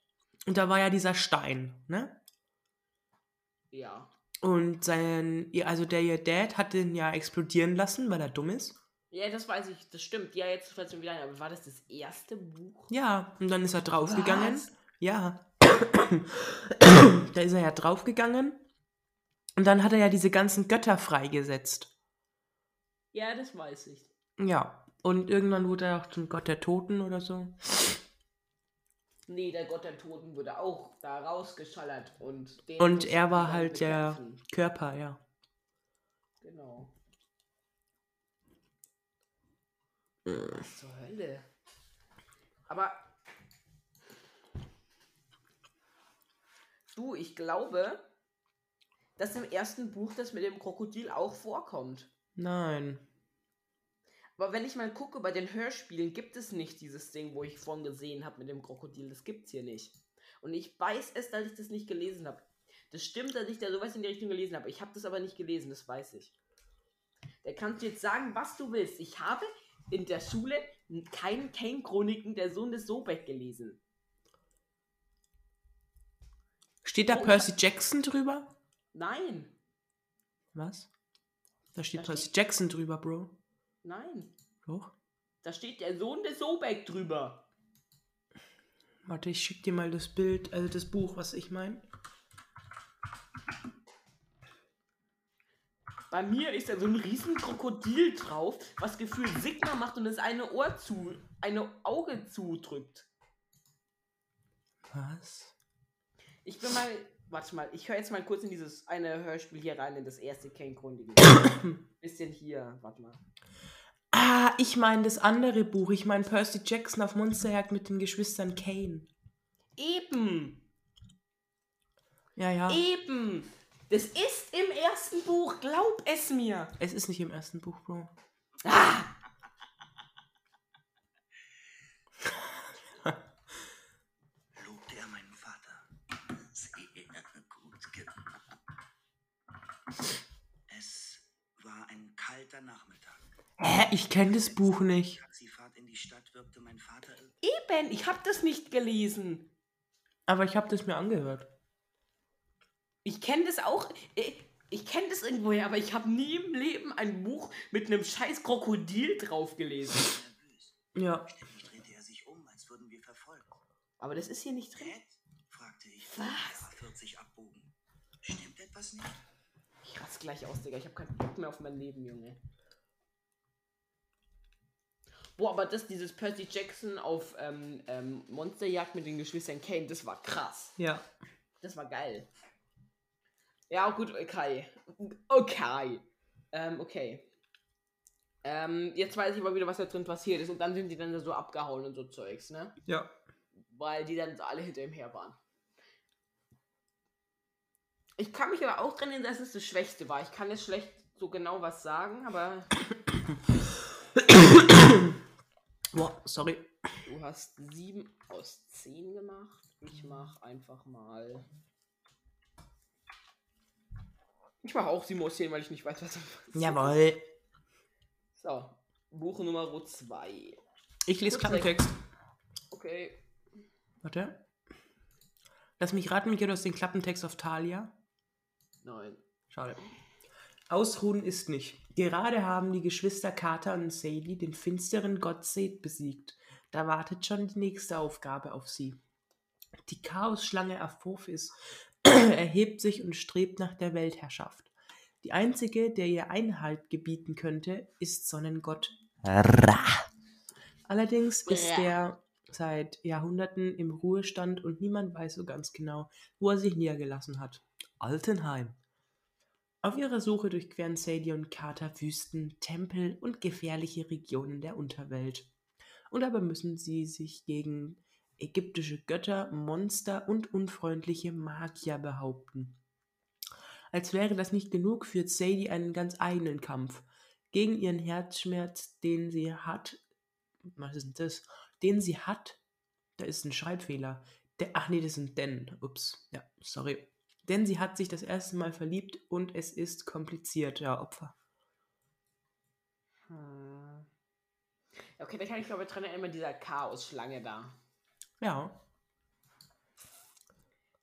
Speaker 2: und da war ja dieser Stein, ne?
Speaker 1: Ja.
Speaker 2: Und sein, ihr- also der ihr Dad hat den ja explodieren lassen, weil er dumm ist.
Speaker 1: Ja, das weiß ich. Das stimmt. Ja, jetzt fällt es mir wieder ein. Aber war das das erste Buch?
Speaker 2: Ja, und dann ist er draufgegangen.
Speaker 1: Was?
Speaker 2: Ja. da ist er ja draufgegangen. Und dann hat er ja diese ganzen Götter freigesetzt.
Speaker 1: Ja, das weiß ich.
Speaker 2: Ja. Und irgendwann wurde er auch zum Gott der Toten oder so.
Speaker 1: Nee, der Gott der Toten wurde auch da rausgeschallert. Und, den
Speaker 2: Und
Speaker 1: mussten
Speaker 2: er war
Speaker 1: die
Speaker 2: halt der
Speaker 1: bekämpfen.
Speaker 2: Körper, ja.
Speaker 1: Genau. Was zur Hölle? Aber Du, ich glaube, dass im ersten Buch das mit dem Krokodil auch vorkommt.
Speaker 2: Nein.
Speaker 1: Aber wenn ich mal gucke, bei den Hörspielen gibt es nicht dieses Ding, wo ich vorhin gesehen habe mit dem Krokodil. Das gibt's hier nicht. Und ich weiß es, dass ich das nicht gelesen habe. Das stimmt, dass ich da sowas in die Richtung gelesen habe. Ich habe das aber nicht gelesen, das weiß ich. Da kannst du jetzt sagen, was du willst. Ich habe in der Schule keinen Kane-Chroniken der Sohn des Sobek gelesen.
Speaker 2: Steht da
Speaker 1: Oh,
Speaker 2: Percy Jackson drüber?
Speaker 1: Nein,
Speaker 2: Was? Da steht
Speaker 1: Da
Speaker 2: Percy Jackson drüber, Bro.
Speaker 1: nein.
Speaker 2: Doch.
Speaker 1: Da steht der Sohn des Sobek drüber.
Speaker 2: Warte, ich schick dir mal das Bild, also das Buch, was ich meine.
Speaker 1: Bei mir ist da so ein riesen Krokodil drauf, was gefühlt Sigma macht und das eine Ohr zu, eine Auge zudrückt.
Speaker 2: Was?
Speaker 1: Ich bin mal, warte mal, ich höre jetzt mal kurz in dieses eine Hörspiel hier rein, in das erste Kane-Grundige. Bisschen hier, warte mal.
Speaker 2: Ah, ich meine das andere Buch. Ich meine Percy Jackson auf Monsterjagd mit den Geschwistern Kane.
Speaker 1: Eben,
Speaker 2: Ja, ja.
Speaker 1: eben. Das ist im ersten Buch, glaub es mir.
Speaker 2: es ist nicht im ersten Buch, Bro.
Speaker 3: lobte er meinen Vater. Sehr gut gemacht. Es war ein kalter Nachmittag.
Speaker 2: Hä? Ich kenne das Buch nicht.
Speaker 3: Taxifahrt in die Stadt wirkte mein Vater.
Speaker 1: Eben, ich hab das nicht gelesen.
Speaker 2: Aber ich habe das mir angehört.
Speaker 1: Ich kenne das auch. äh, Ich kenne das irgendwoher, aber ich habe nie im Leben ein Buch mit einem scheiß Krokodil drauf gelesen.
Speaker 3: nervös.
Speaker 2: Ja.
Speaker 3: Ständig drehte er sich um, als würden wir verfolgt.
Speaker 1: Aber das ist hier nicht drin.
Speaker 3: Dad? fragte ich,
Speaker 1: Was?
Speaker 3: als er 40 abbogen. Stimmt etwas nicht?
Speaker 1: Ich raste gleich aus, Digga. Ich habe keinen Bock mehr auf mein Leben, Junge. Boah, aber das, dieses Percy Jackson auf ähm, ähm, Monsterjagd mit den Geschwistern Kane, das war krass.
Speaker 2: Ja.
Speaker 1: Das war geil. Ja, gut, okay. Okay. Ähm, okay. Ähm, jetzt weiß ich mal wieder, was da drin passiert ist. Und dann sind die dann so abgehauen und so Zeugs, ne?
Speaker 2: Ja.
Speaker 1: Weil die dann so alle hinter ihm her waren. Ich kann mich aber auch dran erinnern, dass es das Schwächste war. Ich kann jetzt schlecht so genau was sagen, aber
Speaker 2: Boah, sorry.
Speaker 1: du hast 7 aus 10 gemacht. Ich mach einfach mal. Ich mache auch 7 aus 10, weil ich nicht weiß, was am-
Speaker 2: Jawohl.
Speaker 1: So, Buch Nummer 2.
Speaker 2: Ich lese
Speaker 1: Kurz weg.
Speaker 2: Klappentext.
Speaker 1: Okay.
Speaker 2: Warte. Lass mich raten, Michael, du hast den Klappentext auf Thalia.
Speaker 1: Nein.
Speaker 2: Schade. Ausruhen ist nicht. Gerade haben die Geschwister Carter und Sadie den finsteren Gott Seth besiegt. Da wartet schon die nächste Aufgabe auf sie. Die Chaosschlange Apophis erhebt sich und strebt nach der Weltherrschaft. Die einzige, der ihr Einhalt gebieten könnte, ist Sonnengott. Allerdings ist
Speaker 1: Ra.
Speaker 2: er seit Jahrhunderten im Ruhestand und niemand weiß so ganz genau, wo er sich niedergelassen hat. Altenheim. Auf ihrer Suche durchqueren Sadie und Carter Wüsten, Tempel und gefährliche Regionen der Unterwelt. Und dabei müssen sie sich gegen ägyptische Götter, Monster und unfreundliche Magier behaupten. Als wäre das nicht genug, führt Sadie einen ganz eigenen Kampf gegen ihren Herzschmerz, den sie hat. Was ist denn das? Den sie hat. Da ist ein Schreibfehler. Der, ach nee, das sind denn. Ups. Ja, sorry. Denn sie hat sich das erste Mal verliebt und es ist kompliziert. Ja, Opfer.
Speaker 1: Hm. Okay, da kann ich glaube ich dran erinnern, dieser Chaos-Schlange da.
Speaker 2: Ja.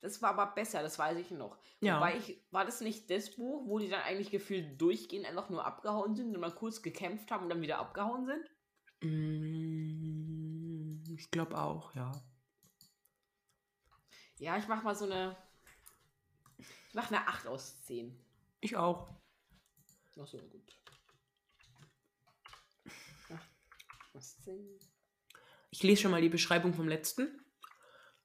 Speaker 1: Das war aber besser, das weiß ich noch.
Speaker 2: Ja.
Speaker 1: Wobei ich, war das nicht das Buch, wo die dann eigentlich gefühlt durchgehend einfach nur abgehauen sind und mal kurz gekämpft haben und dann wieder abgehauen sind?
Speaker 2: Mm, Ich glaube auch, ja.
Speaker 1: Ja, ich mach mal so eine. Ich mach eine 8 aus 10.
Speaker 2: Ich auch.
Speaker 1: Achso, gut. 8 aus 10.
Speaker 2: Ich lese schon mal die Beschreibung vom letzten.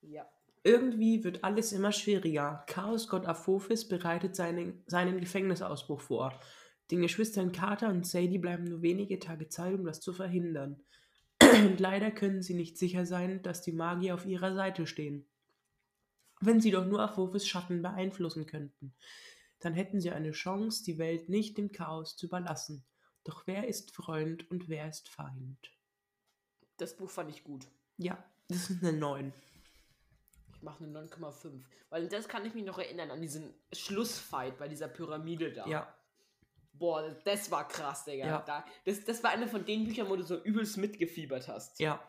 Speaker 1: Ja.
Speaker 2: Irgendwie wird alles immer schwieriger. Chaosgott Apophis bereitet seinen, seinen Gefängnisausbruch vor. Den Geschwistern Carter und Sadie bleiben nur wenige Tage Zeit, um das zu verhindern. Und leider können sie nicht sicher sein, dass die Magier auf ihrer Seite stehen. Wenn sie doch nur Apophis Schatten beeinflussen könnten, dann hätten sie eine Chance, die Welt nicht dem Chaos zu überlassen. Doch wer ist Freund und wer ist Feind?
Speaker 1: Das Buch fand ich gut.
Speaker 2: Ja, das ist eine 9.
Speaker 1: Ich mache eine 9,5. Weil das kann ich mich noch erinnern, an diesen Schlussfight bei dieser Pyramide da.
Speaker 2: Ja.
Speaker 1: Boah, das war krass, Digga.
Speaker 2: Ja.
Speaker 1: Da, das, das war einer von den Büchern, wo du so übelst mitgefiebert hast.
Speaker 2: Ja.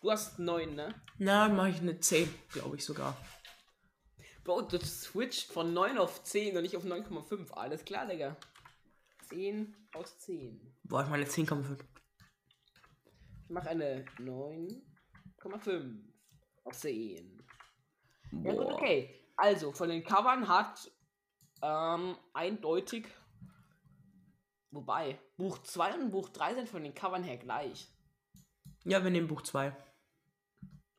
Speaker 1: Du hast neun, ne?
Speaker 2: Na, mache ich eine 10, glaube ich sogar.
Speaker 1: Bro, du switcht von 9 auf 10 und nicht auf 9,5. Alles klar, Digga. 10 aus 10.
Speaker 2: Boah, ich meine 10,5.
Speaker 1: Ich mache eine 9,5 aus 10. Ja, gut,
Speaker 2: Boah.
Speaker 1: okay. Also, von den Covern hat ähm, eindeutig. Wobei, Buch 2 und Buch 3 sind von den Covern her gleich.
Speaker 2: Ja, wir nehmen Buch 2.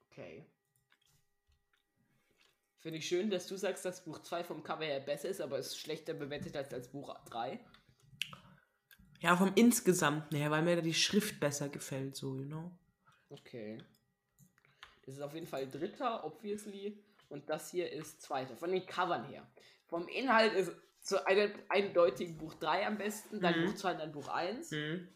Speaker 1: Okay. Finde ich schön, dass du sagst, dass Buch 2 vom Cover her besser ist, aber ist schlechter bewertet als, als Buch 3.
Speaker 2: Ja, vom Insgesamten her, weil mir da die Schrift besser gefällt, so, you know.
Speaker 1: Okay. Das ist auf jeden Fall dritter, obviously. Und das hier ist zweiter. Von den Covern her. Vom Inhalt ist so eine, eindeutig Buch 3 am besten, dann
Speaker 2: Mhm.
Speaker 1: Buch 2 und dann Buch 1.
Speaker 2: Mhm.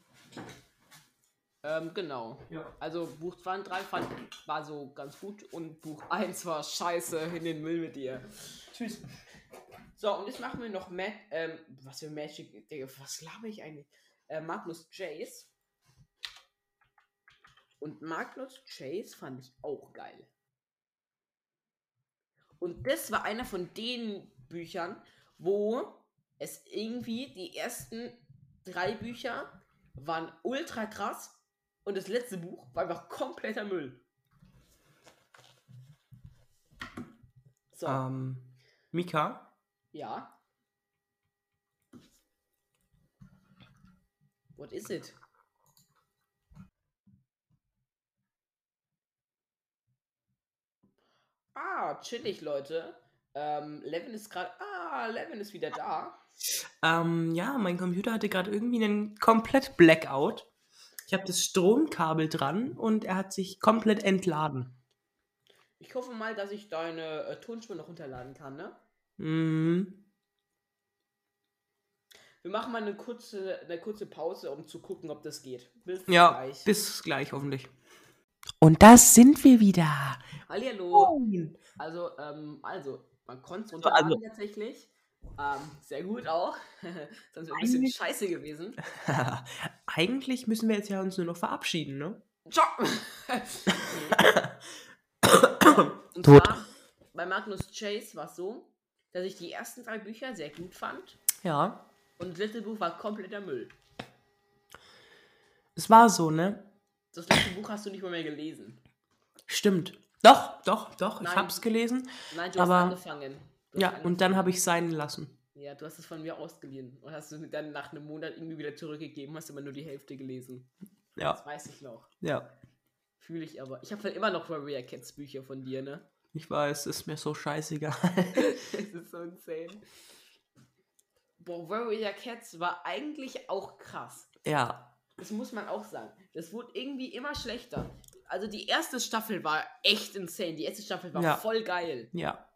Speaker 1: Ähm, genau.
Speaker 2: Ja.
Speaker 1: Also Buch 2 und 3 fand, war so ganz gut und Buch 1 war scheiße in den Müll mit dir.
Speaker 2: Tschüss.
Speaker 1: So, und jetzt machen wir noch Matt, ähm, was für Magic, Digga, was laber ich eigentlich? Äh, Magnus Chase. Und Magnus Chase fand ich auch geil. Und das war einer von den Büchern, wo es irgendwie die ersten drei Bücher waren ultra krass und das letzte Buch war einfach kompletter Müll. So,
Speaker 2: Ähm, Mika,
Speaker 1: ja. What is it? Ah, chillig, Leute. Ähm, Levin ist gerade. Ah, Levin ist wieder da.
Speaker 2: Ähm, ja, mein Computer hatte gerade irgendwie einen komplett Blackout. Ich habe das Stromkabel dran und er hat sich komplett entladen.
Speaker 1: Ich hoffe mal, dass ich deine äh, Tonspur noch runterladen kann, ne?
Speaker 2: Mhm.
Speaker 1: Wir machen mal eine kurze, eine kurze Pause, um zu gucken, ob das geht. Bis
Speaker 2: Ja,
Speaker 1: gleich.
Speaker 2: bis gleich hoffentlich. Und das sind wir wieder. Oh.
Speaker 1: Hallihallo. Also, ähm, also, man konnte es runterladen
Speaker 2: also.
Speaker 1: tatsächlich. Ähm, sehr gut auch. Sonst wäre ein bisschen
Speaker 2: Eigentlich-
Speaker 1: scheiße gewesen.
Speaker 2: Eigentlich müssen wir jetzt ja uns nur noch verabschieden, ne?
Speaker 1: Ciao! Und
Speaker 2: Tot.
Speaker 1: zwar, bei Magnus Chase war es so, dass ich die ersten drei Bücher sehr gut fand
Speaker 2: Ja.
Speaker 1: und das letzte Buch war kompletter Müll.
Speaker 2: Es war so, ne?
Speaker 1: Das letzte Buch hast du nicht mal mehr gelesen.
Speaker 2: Stimmt. Doch, doch, doch.
Speaker 1: Nein.
Speaker 2: Ich hab's gelesen.
Speaker 1: Nein, du
Speaker 2: Aber-
Speaker 1: hast angefangen. Du hast
Speaker 2: Ja,
Speaker 1: angefangen.
Speaker 2: und dann habe ich sein lassen.
Speaker 1: Ja, du hast es von mir ausgeliehen und hast es dann nach einem Monat irgendwie wieder zurückgegeben, hast immer nur die Hälfte gelesen.
Speaker 2: Ja,
Speaker 1: Das weiß ich noch.
Speaker 2: ja.
Speaker 1: Fühle ich aber. Ich habe halt immer noch Warrior Cats Bücher von dir, ne?
Speaker 2: Ich weiß, ist mir so scheißegal.
Speaker 1: Das ist so insane. Boah, Warrior Cats war eigentlich auch krass.
Speaker 2: ja.
Speaker 1: Das muss man auch sagen. Das wurde irgendwie immer schlechter. Also die erste Staffel war echt insane. Die erste Staffel war
Speaker 2: Ja.
Speaker 1: voll geil.
Speaker 2: Ja.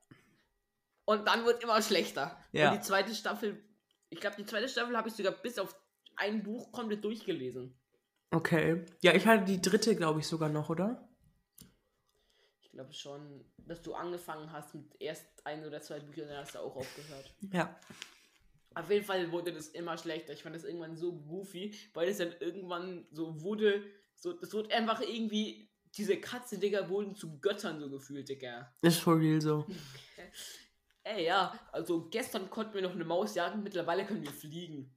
Speaker 1: Und dann wurde immer schlechter.
Speaker 2: Ja.
Speaker 1: Und die zweite Staffel, ich glaube, die zweite Staffel habe ich sogar bis auf ein Buch komplett durchgelesen.
Speaker 2: Okay. Ja, ich hatte die dritte, glaube ich, sogar noch, oder?
Speaker 1: Ich glaube schon, dass du angefangen hast mit erst ein oder zwei Büchern, dann hast du auch aufgehört.
Speaker 2: Ja.
Speaker 1: Auf jeden Fall wurde das immer schlechter. Ich fand das irgendwann so goofy, weil es dann irgendwann so wurde, so, das wurde einfach irgendwie, diese Katze, Digga, wurden zu Göttern so gefühlt, Digga.
Speaker 2: Ist for real so.
Speaker 1: Ey, ja, also gestern konnten wir noch eine Maus jagen, mittlerweile können wir fliegen.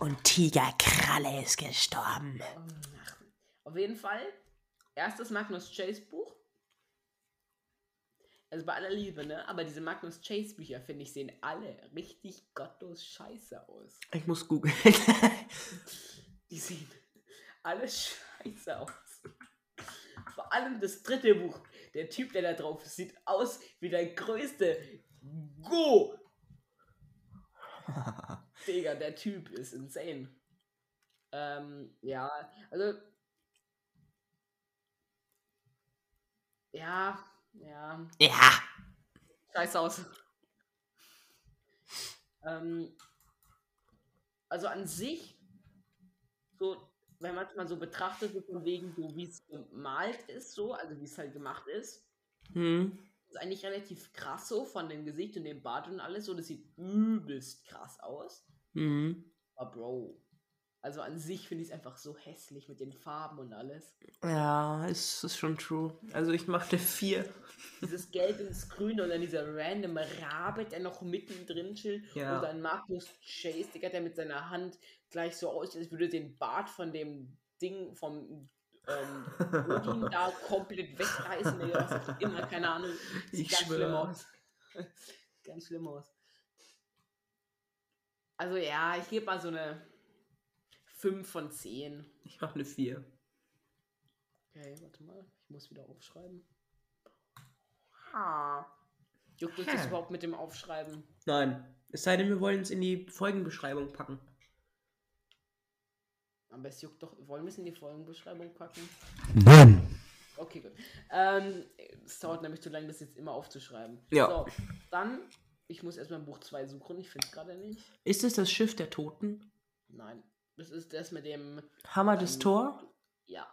Speaker 2: Und Tigerkralle ist gestorben.
Speaker 1: Ach, Auf jeden Fall, erstes Magnus Chase Buch. Also bei aller Liebe, ne? Aber diese Magnus Chase Bücher, finde ich, sehen alle richtig gottlos scheiße aus.
Speaker 2: Ich muss googeln.
Speaker 1: Die sehen alle scheiße aus. Vor allem das dritte Buch. Der Typ, der da drauf ist, sieht aus wie der größte Go. Digga, der Typ ist insane. Ähm, ja, also. Ja, ja.
Speaker 2: Ja.
Speaker 1: Scheiß aus. Ähm, also an sich, so, wenn man es mal so betrachtet, so von wegen, so wie es gemalt ist, so, also wie es halt gemacht ist,
Speaker 2: Hm.
Speaker 1: ist eigentlich relativ krass so von dem Gesicht und dem Bart und alles so. Das sieht übelst krass aus.
Speaker 2: Hm.
Speaker 1: Aber Bro. Also an sich finde ich es einfach so hässlich mit den Farben und alles.
Speaker 2: Ja, ist, ist schon true. Also ich machte vier.
Speaker 1: Dieses Gelb ins Grün und dann dieser random Rabe, der noch mittendrin chillt.
Speaker 2: Ja.
Speaker 1: Und dann Markus Chase, Digga, der mit seiner Hand gleich so aussieht, als würde den Bart von dem Ding vom ähm, Odin da komplett wegreißen. Digga, was auch immer, keine Ahnung. Sieht
Speaker 2: Ich schwöre.
Speaker 1: aus. ganz schlimm aus. Also ja, ich gebe mal so eine 5 von 10.
Speaker 2: Ich mache eine vier.
Speaker 1: Okay, warte mal. Ich muss wieder aufschreiben. Ah. Juckt euch das
Speaker 2: Hm.
Speaker 1: überhaupt mit dem Aufschreiben?
Speaker 2: Nein. Es sei denn, wir wollen es in die Folgenbeschreibung packen.
Speaker 1: Aber es juckt doch. Wollen wir es in die Folgenbeschreibung packen?
Speaker 3: Boom.
Speaker 1: Okay, gut. Ähm, es dauert nämlich zu lange, das jetzt immer aufzuschreiben.
Speaker 2: Ja.
Speaker 1: So, dann. Ich muss erstmal Buch 2 suchen. Ich finde es gerade nicht.
Speaker 2: Ist es das Schiff der Toten?
Speaker 1: Nein. Das ist das mit dem.
Speaker 2: Hammer des
Speaker 1: Ähm,
Speaker 2: Tor?
Speaker 1: Ja.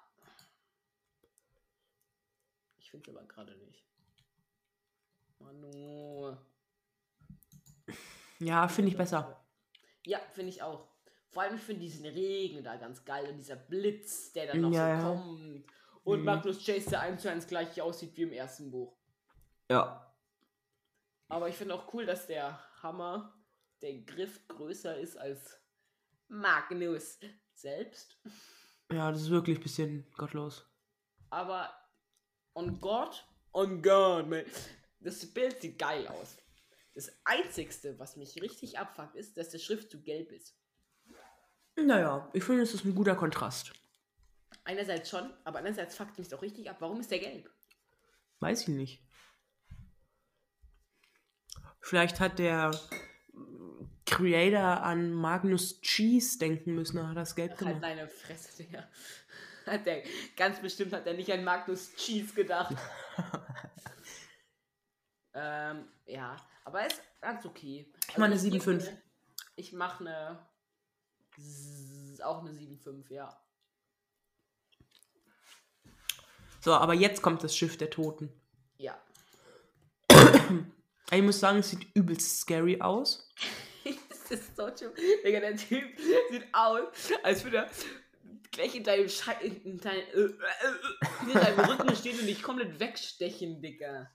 Speaker 1: Ich finde es aber gerade nicht. Manu.
Speaker 2: Ja, finde ich besser.
Speaker 1: Ja, finde ich auch. Vor allem, ich finde diesen Regen da ganz geil und dieser Blitz, der dann noch
Speaker 2: Ja, ja.
Speaker 1: so kommt. Und
Speaker 2: Mhm.
Speaker 1: Magnus Chase, der eins zu eins gleich aussieht wie im ersten Buch.
Speaker 2: Ja.
Speaker 1: Aber ich finde auch cool, dass der Hammer, der Griff größer ist als Magnus selbst.
Speaker 2: Ja, das ist wirklich ein bisschen gottlos.
Speaker 1: Aber on God, on God, man. Das Bild sieht geil aus. Das Einzigste, was mich richtig abfuckt, ist, dass der Schriftzug gelb ist.
Speaker 2: Naja, ich finde, es ist ein guter Kontrast.
Speaker 1: Einerseits schon, aber andererseits fuckt mich auch richtig ab. Warum ist der gelb?
Speaker 2: Weiß ich nicht. Vielleicht hat der Creator an Magnus Cheese denken müssen, er hat das Gelb
Speaker 1: Halt
Speaker 2: gemacht.
Speaker 1: deine Fresse, Digga. Hat der, ganz bestimmt hat er nicht an Magnus Cheese gedacht. ähm, ja, aber ist ganz okay.
Speaker 2: Ich meine,
Speaker 1: geb
Speaker 2: 7,5.
Speaker 1: ne- Ich mache eine. s- Auch eine 7,5, ja.
Speaker 2: So, aber jetzt kommt das Schiff der Toten.
Speaker 1: Ja.
Speaker 2: Ich muss sagen, es sieht übelst scary aus.
Speaker 1: das ist so schlimm. Digga, der Typ sieht aus, als würde er gleich in deinem, Schei in deinem, äh, äh, äh, in deinem Rücken stehen und dich komplett wegstechen, Digga.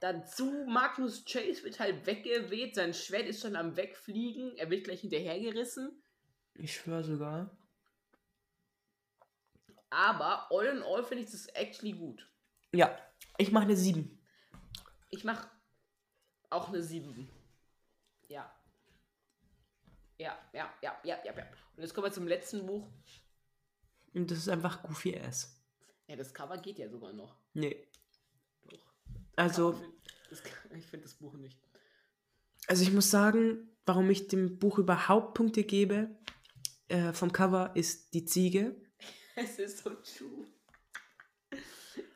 Speaker 1: Dazu Magnus Chase wird halt weggeweht, sein Schwert ist schon am Wegfliegen, er wird gleich hinterhergerissen.
Speaker 2: Ich schwöre sogar.
Speaker 1: Aber all in all finde ich das actually gut.
Speaker 2: Ja, ich mache eine 7.
Speaker 1: Ich mache auch eine 7. Ja. Ja, ja, ja, ja, ja, ja. Und jetzt kommen wir zum letzten Buch.
Speaker 2: Und das ist einfach goofy ass.
Speaker 1: Ja, das Cover geht ja sogar noch.
Speaker 2: Nee.
Speaker 1: Doch.
Speaker 2: Also,
Speaker 1: Das, ich finde das Buch nicht.
Speaker 2: also ich muss sagen, warum ich dem Buch überhaupt Punkte gebe, äh, vom Cover ist die Ziege.
Speaker 1: Es ist so true.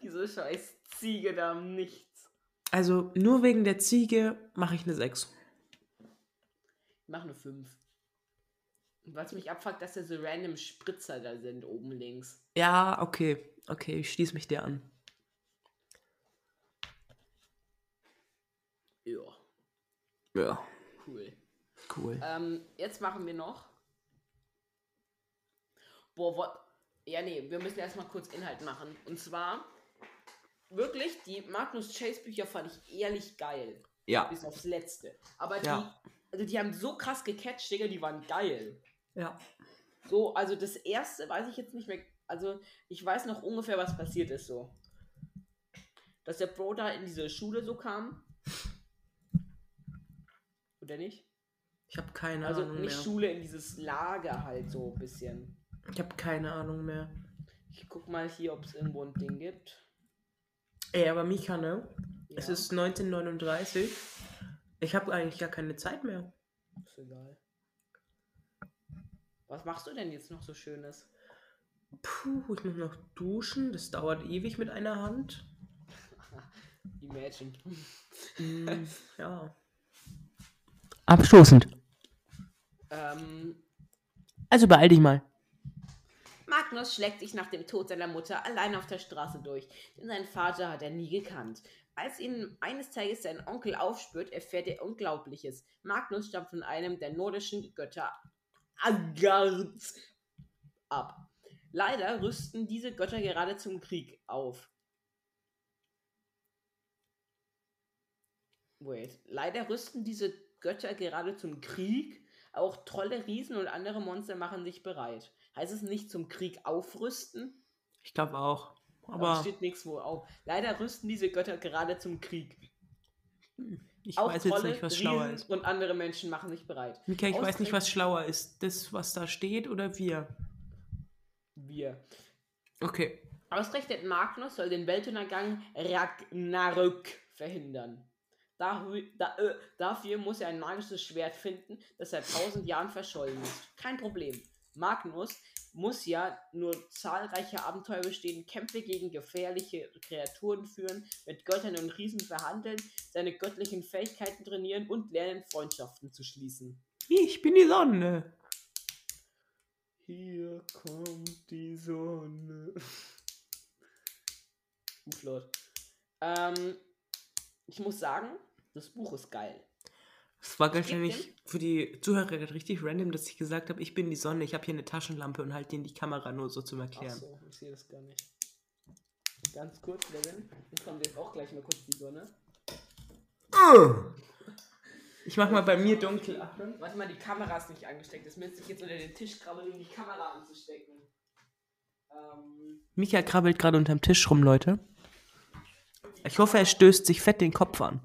Speaker 1: Diese scheiß Ziege da am Nichts.
Speaker 2: Also nur wegen der Ziege mache ich eine 6.
Speaker 1: Ich mach eine 5. Was mich abfuckt, dass da so random Spritzer da sind, oben links.
Speaker 2: Ja, okay. Okay, ich schließe mich dir an.
Speaker 1: Ja,
Speaker 2: Ja.
Speaker 1: cool.
Speaker 2: Cool.
Speaker 1: Ähm, jetzt machen wir noch. Boah, what? Ja, nee, wir müssen erstmal kurz Inhalt machen. Und zwar, wirklich, die Magnus Chase Bücher fand ich ehrlich geil.
Speaker 2: Ja.
Speaker 1: bis aufs letzte. Aber die,
Speaker 2: Ja.
Speaker 1: also die haben so krass gecatcht, Digga, die waren geil.
Speaker 2: Ja.
Speaker 1: So, also das erste weiß ich jetzt nicht mehr. Also, ich weiß noch ungefähr, was passiert ist so. Dass der Bro da in diese Schule so kam. Oder nicht?
Speaker 2: Ich habe keine
Speaker 1: also
Speaker 2: Ahnung
Speaker 1: nicht
Speaker 2: mehr.
Speaker 1: Schule, in dieses Lager halt so ein bisschen.
Speaker 2: Ich habe keine Ahnung mehr.
Speaker 1: Ich guck mal hier, ob es irgendwo ein Ding gibt.
Speaker 2: Ey, aber Mika, ne? Es
Speaker 1: Ja,
Speaker 2: ist 1939. Ich habe eigentlich gar keine Zeit mehr.
Speaker 1: ist egal. Was machst du denn jetzt noch so Schönes?
Speaker 2: Puh, ich muss noch duschen. Das dauert ewig mit einer Hand.
Speaker 1: Imagine.
Speaker 2: Mm, ja. Abstoßend.
Speaker 1: Ähm,
Speaker 2: Also beeil dich mal.
Speaker 1: Magnus schlägt sich nach dem Tod seiner Mutter allein auf der Straße durch, denn seinen Vater hat er nie gekannt. Als ihn eines Tages sein Onkel aufspürt, erfährt er Unglaubliches. Magnus stammt von einem der nordischen Götter Agards ab. Leider rüsten diese Götter gerade zum Krieg auf. Wait. Leider rüsten diese Götter gerade zum Krieg. Auch Trolle, Riesen und andere Monster machen sich bereit. Heißt es nicht zum Krieg aufrüsten?
Speaker 2: Ich glaube auch.
Speaker 1: Aber
Speaker 2: Aber
Speaker 1: steht nichts wo auf. Leider rüsten diese Götter gerade zum Krieg.
Speaker 2: ich
Speaker 1: auch
Speaker 2: weiß jetzt
Speaker 1: Trolle,
Speaker 2: nicht, was schlauer
Speaker 1: Riesen
Speaker 2: ist.
Speaker 1: und andere Menschen machen sich bereit.
Speaker 2: Mika, ich weiß nicht,
Speaker 1: Ausdruck-
Speaker 2: was schlauer ist. Das, was da steht oder wir?
Speaker 1: Wir.
Speaker 2: Okay.
Speaker 1: Ausgerechnet Magnus soll den Weltuntergang Ragnarök verhindern. Dahu- da- äh, Dafür muss er ein magisches Schwert finden, das seit tausend Jahren verschollen ist. Kein Problem. Magnus muss ja nur zahlreiche Abenteuer bestehen, Kämpfe gegen gefährliche Kreaturen führen, mit Göttern und Riesen verhandeln, seine göttlichen Fähigkeiten trainieren und lernen, Freundschaften zu schließen.
Speaker 2: Ich bin die Sonne.
Speaker 1: Hier kommt die Sonne. Gut, Lord. Ähm, ich muss sagen, das Buch ist geil.
Speaker 2: Es war
Speaker 1: geb
Speaker 2: wahrscheinlich für die Zuhörer richtig random, dass ich gesagt habe, ich bin die Sonne, ich habe hier eine Taschenlampe und halte in die Kamera nur so zum
Speaker 1: Ach
Speaker 2: Erklären.
Speaker 1: so, ich sehe das gar nicht. Ganz kurz, Levin. Jetzt kommt jetzt auch gleich mal kurz die Sonne.
Speaker 2: Ich mach mal bei mir dunkel. Achtung.
Speaker 1: Warte mal, die Kamera ist nicht angesteckt. Das müsste ich jetzt unter den Tisch krabbeln, um die Kamera anzustecken. Ähm,
Speaker 2: Mika krabbelt gerade unterm Tisch rum, Leute. Ich hoffe, er stößt sich fett den Kopf an.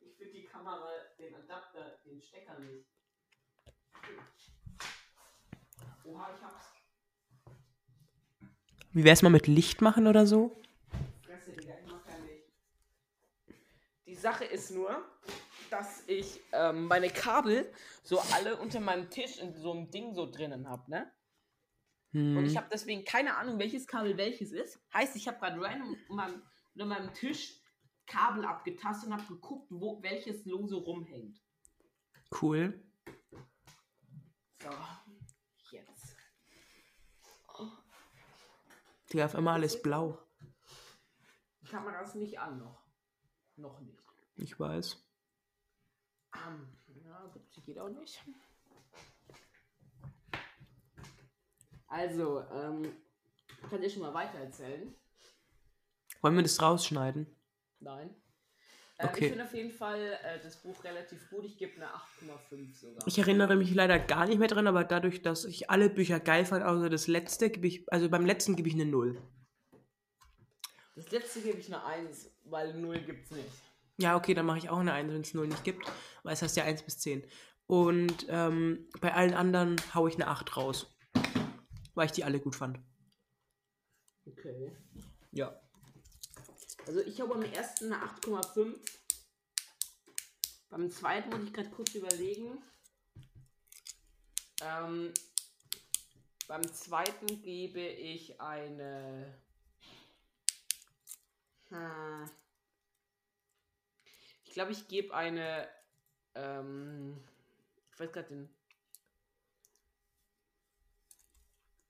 Speaker 1: ich finde die Kamera, den Adapter, den Stecker nicht. Oha, ich hab's.
Speaker 2: Wie wär's mal mit Licht machen oder so?
Speaker 1: Fresse, Digga, ich mach ja nicht. Die Sache ist nur, dass ich ähm, meine Kabel so alle unter meinem Tisch in so einem Ding so drinnen habe, ne?
Speaker 2: Hm.
Speaker 1: Und ich habe deswegen keine Ahnung, welches Kabel welches ist. Heißt, ich habe gerade random um meinem- unter meinem Tisch Kabel abgetastet und habe geguckt, wo welches lose rumhängt.
Speaker 2: cool.
Speaker 1: So, jetzt.
Speaker 2: Digga, auf einmal alles blau.
Speaker 1: Die Kamera ist nicht an noch. Noch nicht.
Speaker 2: Ich weiß.
Speaker 1: Ähm, ja, gut, die geht auch nicht. Also, ähm, kann ich schon mal weitererzählen?
Speaker 2: Wollen wir das rausschneiden?
Speaker 1: Nein. Ähm,
Speaker 2: Okay.
Speaker 1: Ich finde auf jeden Fall äh, das Buch relativ gut. Ich gebe eine 8,5 sogar.
Speaker 2: Ich erinnere mich leider gar nicht mehr dran, aber dadurch, dass ich alle Bücher geil fand, außer das letzte, gebe ich, also beim letzten gebe ich eine Null.
Speaker 1: das letzte gebe ich eine 1, weil 0 gibt's nicht.
Speaker 2: Ja, okay, dann mache ich auch eine 1, wenn es 0 nicht gibt. Weil es heißt ja 1 bis 10. Und ähm, bei allen anderen haue ich eine 8 raus. Weil ich die alle gut fand.
Speaker 1: Okay.
Speaker 2: Ja.
Speaker 1: Also ich habe beim ersten eine 8,5. Beim zweiten muss ich gerade kurz überlegen. Ähm, beim zweiten gebe ich eine. Hm. Ich glaube, ich gebe eine. Ähm, ich weiß gerade den.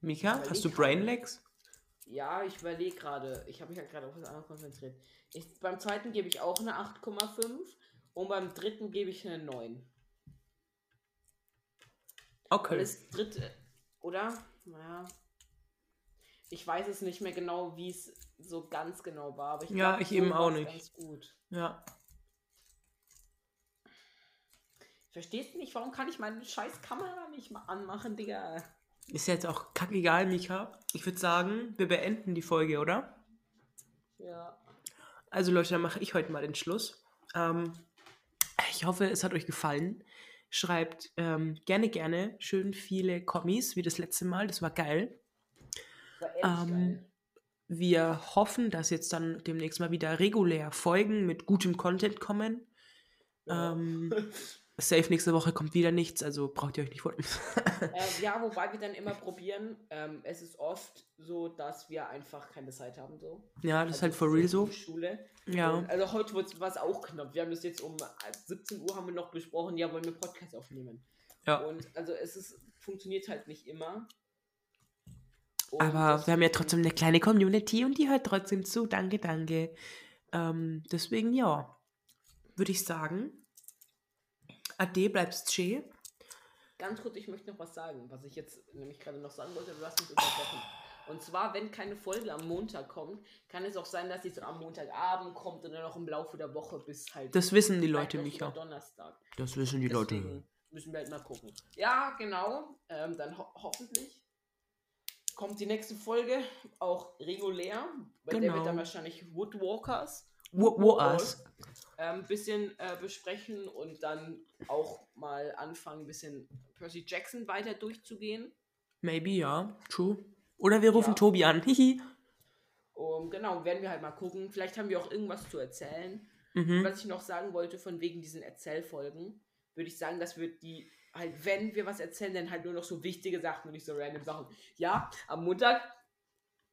Speaker 2: Mika,
Speaker 1: Überleg
Speaker 2: hast du
Speaker 1: mal.
Speaker 2: Brainlegs?
Speaker 1: Ja, ich überlege gerade. Ich habe mich ja gerade auf was anderes konzentriert. Ich, beim zweiten gebe ich auch eine 8,5 und beim dritten gebe ich eine 9. Weil
Speaker 2: Okay.
Speaker 1: das dritte, oder? Naja. Ich weiß es nicht mehr genau, wie es so ganz genau war. Aber ich
Speaker 2: Ja,
Speaker 1: glaub,
Speaker 2: ich
Speaker 1: so
Speaker 2: eben auch
Speaker 1: war's
Speaker 2: nicht.
Speaker 1: Ganz gut.
Speaker 2: Ja.
Speaker 1: Verstehst du nicht, warum kann ich meine scheiß Kamera nicht mal anmachen, Digga?
Speaker 2: Ist jetzt auch kackegal, Mika. Ich würde sagen, wir beenden die Folge, oder?
Speaker 1: Ja.
Speaker 2: Also Leute, dann mache ich heute mal den Schluss. Ähm, ich hoffe, es hat euch gefallen. Schreibt ähm, gerne, gerne schön viele Kommis, wie das letzte Mal. Das war geil.
Speaker 1: War ehrlich
Speaker 2: Ähm,
Speaker 1: geil.
Speaker 2: Wir hoffen, dass jetzt dann demnächst mal wieder regulär Folgen mit gutem Content kommen.
Speaker 1: Ja.
Speaker 2: Ähm, Safe nächste Woche kommt wieder nichts, also braucht ihr euch nicht wundern.
Speaker 1: Äh, ja, wobei wir dann immer probieren. Ähm, es ist oft so, dass wir einfach keine Zeit haben. So.
Speaker 2: ja, das
Speaker 1: Also
Speaker 2: ist halt for real so.
Speaker 1: die Schule.
Speaker 2: Ja.
Speaker 1: Und, also heute war es auch knapp. Wir haben das jetzt um 17 Uhr haben wir noch besprochen, ja, wollen wir Podcast aufnehmen.
Speaker 2: Ja.
Speaker 1: Und also es ist, funktioniert halt nicht immer. Und
Speaker 2: Aber wir haben ja
Speaker 1: deswegen-
Speaker 2: trotzdem eine kleine Community und die hört trotzdem zu. Danke, danke. Ähm, deswegen ja, würde ich sagen, Ade, bleibst schön.
Speaker 1: Ganz kurz, ich möchte noch was sagen, was ich jetzt nämlich gerade noch sagen wollte, aber du hast mich unterbrochen. Und zwar, wenn keine Folge am Montag kommt, kann es auch sein, dass sie so am Montagabend kommt oder noch im Laufe der Woche bis halt.
Speaker 2: Das wissen die
Speaker 1: vielleicht
Speaker 2: Leute,
Speaker 1: auch
Speaker 2: Micha.
Speaker 1: sogar Donnerstag.
Speaker 2: Das wissen die
Speaker 1: Deswegen
Speaker 2: Leute.
Speaker 1: müssen wir halt mal gucken. Ja, genau. Ähm, dann ho hoffentlich kommt die nächste Folge auch regulär. Bei der
Speaker 2: Genau.
Speaker 1: wir dann wahrscheinlich Woodwalkers
Speaker 2: Wo, wo us?
Speaker 1: ein ähm, bisschen äh, besprechen und dann auch mal anfangen, ein bisschen Percy Jackson weiter durchzugehen.
Speaker 2: Maybe, ja. True. Oder wir rufen
Speaker 1: Ja.
Speaker 2: Tobi an. Hihi.
Speaker 1: Um, genau, werden wir halt mal gucken. Vielleicht haben wir auch irgendwas zu erzählen.
Speaker 2: Mhm.
Speaker 1: Was ich noch sagen wollte, von wegen diesen Erzählfolgen, würde ich sagen, dass wir die halt, wenn wir was erzählen, dann halt nur noch so wichtige Sachen und nicht so random Sachen. Ja, am Montag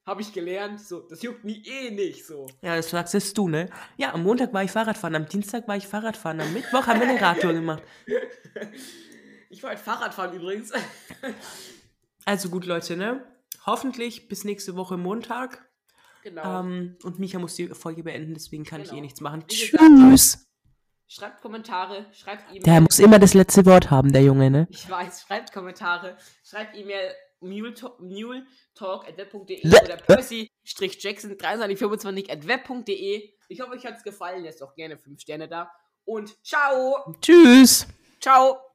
Speaker 1: habe ich gelernt, so, das juckt mich eh nicht, so.
Speaker 2: Ja, das sagst jetzt du, ne? Ja, am Montag war ich Fahrradfahren, am Dienstag war ich Fahrradfahren, am Mittwoch haben wir eine Radtour gemacht.
Speaker 1: Ich war halt Fahrradfahren übrigens.
Speaker 2: Also gut, Leute, ne? Hoffentlich bis nächste Woche Montag.
Speaker 1: genau.
Speaker 2: Ähm, und Micha muss die Folge beenden, deswegen kann ich
Speaker 1: Genau.
Speaker 2: eh nichts machen.
Speaker 1: Wie gesagt-
Speaker 2: Tschüss!
Speaker 1: Schreibt Kommentare, schreibt E-Mail.
Speaker 2: Der muss immer das letzte Wort haben, der Junge, ne?
Speaker 1: Ich weiß, schreibt Kommentare, schreibt E-Mail muletalk.web.de oder percy-jackson2325 at web.de. Ich hoffe, euch hat es gefallen. Lasst auch gerne 5 Sterne da. Und ciao!
Speaker 2: Tschüss!
Speaker 1: Ciao!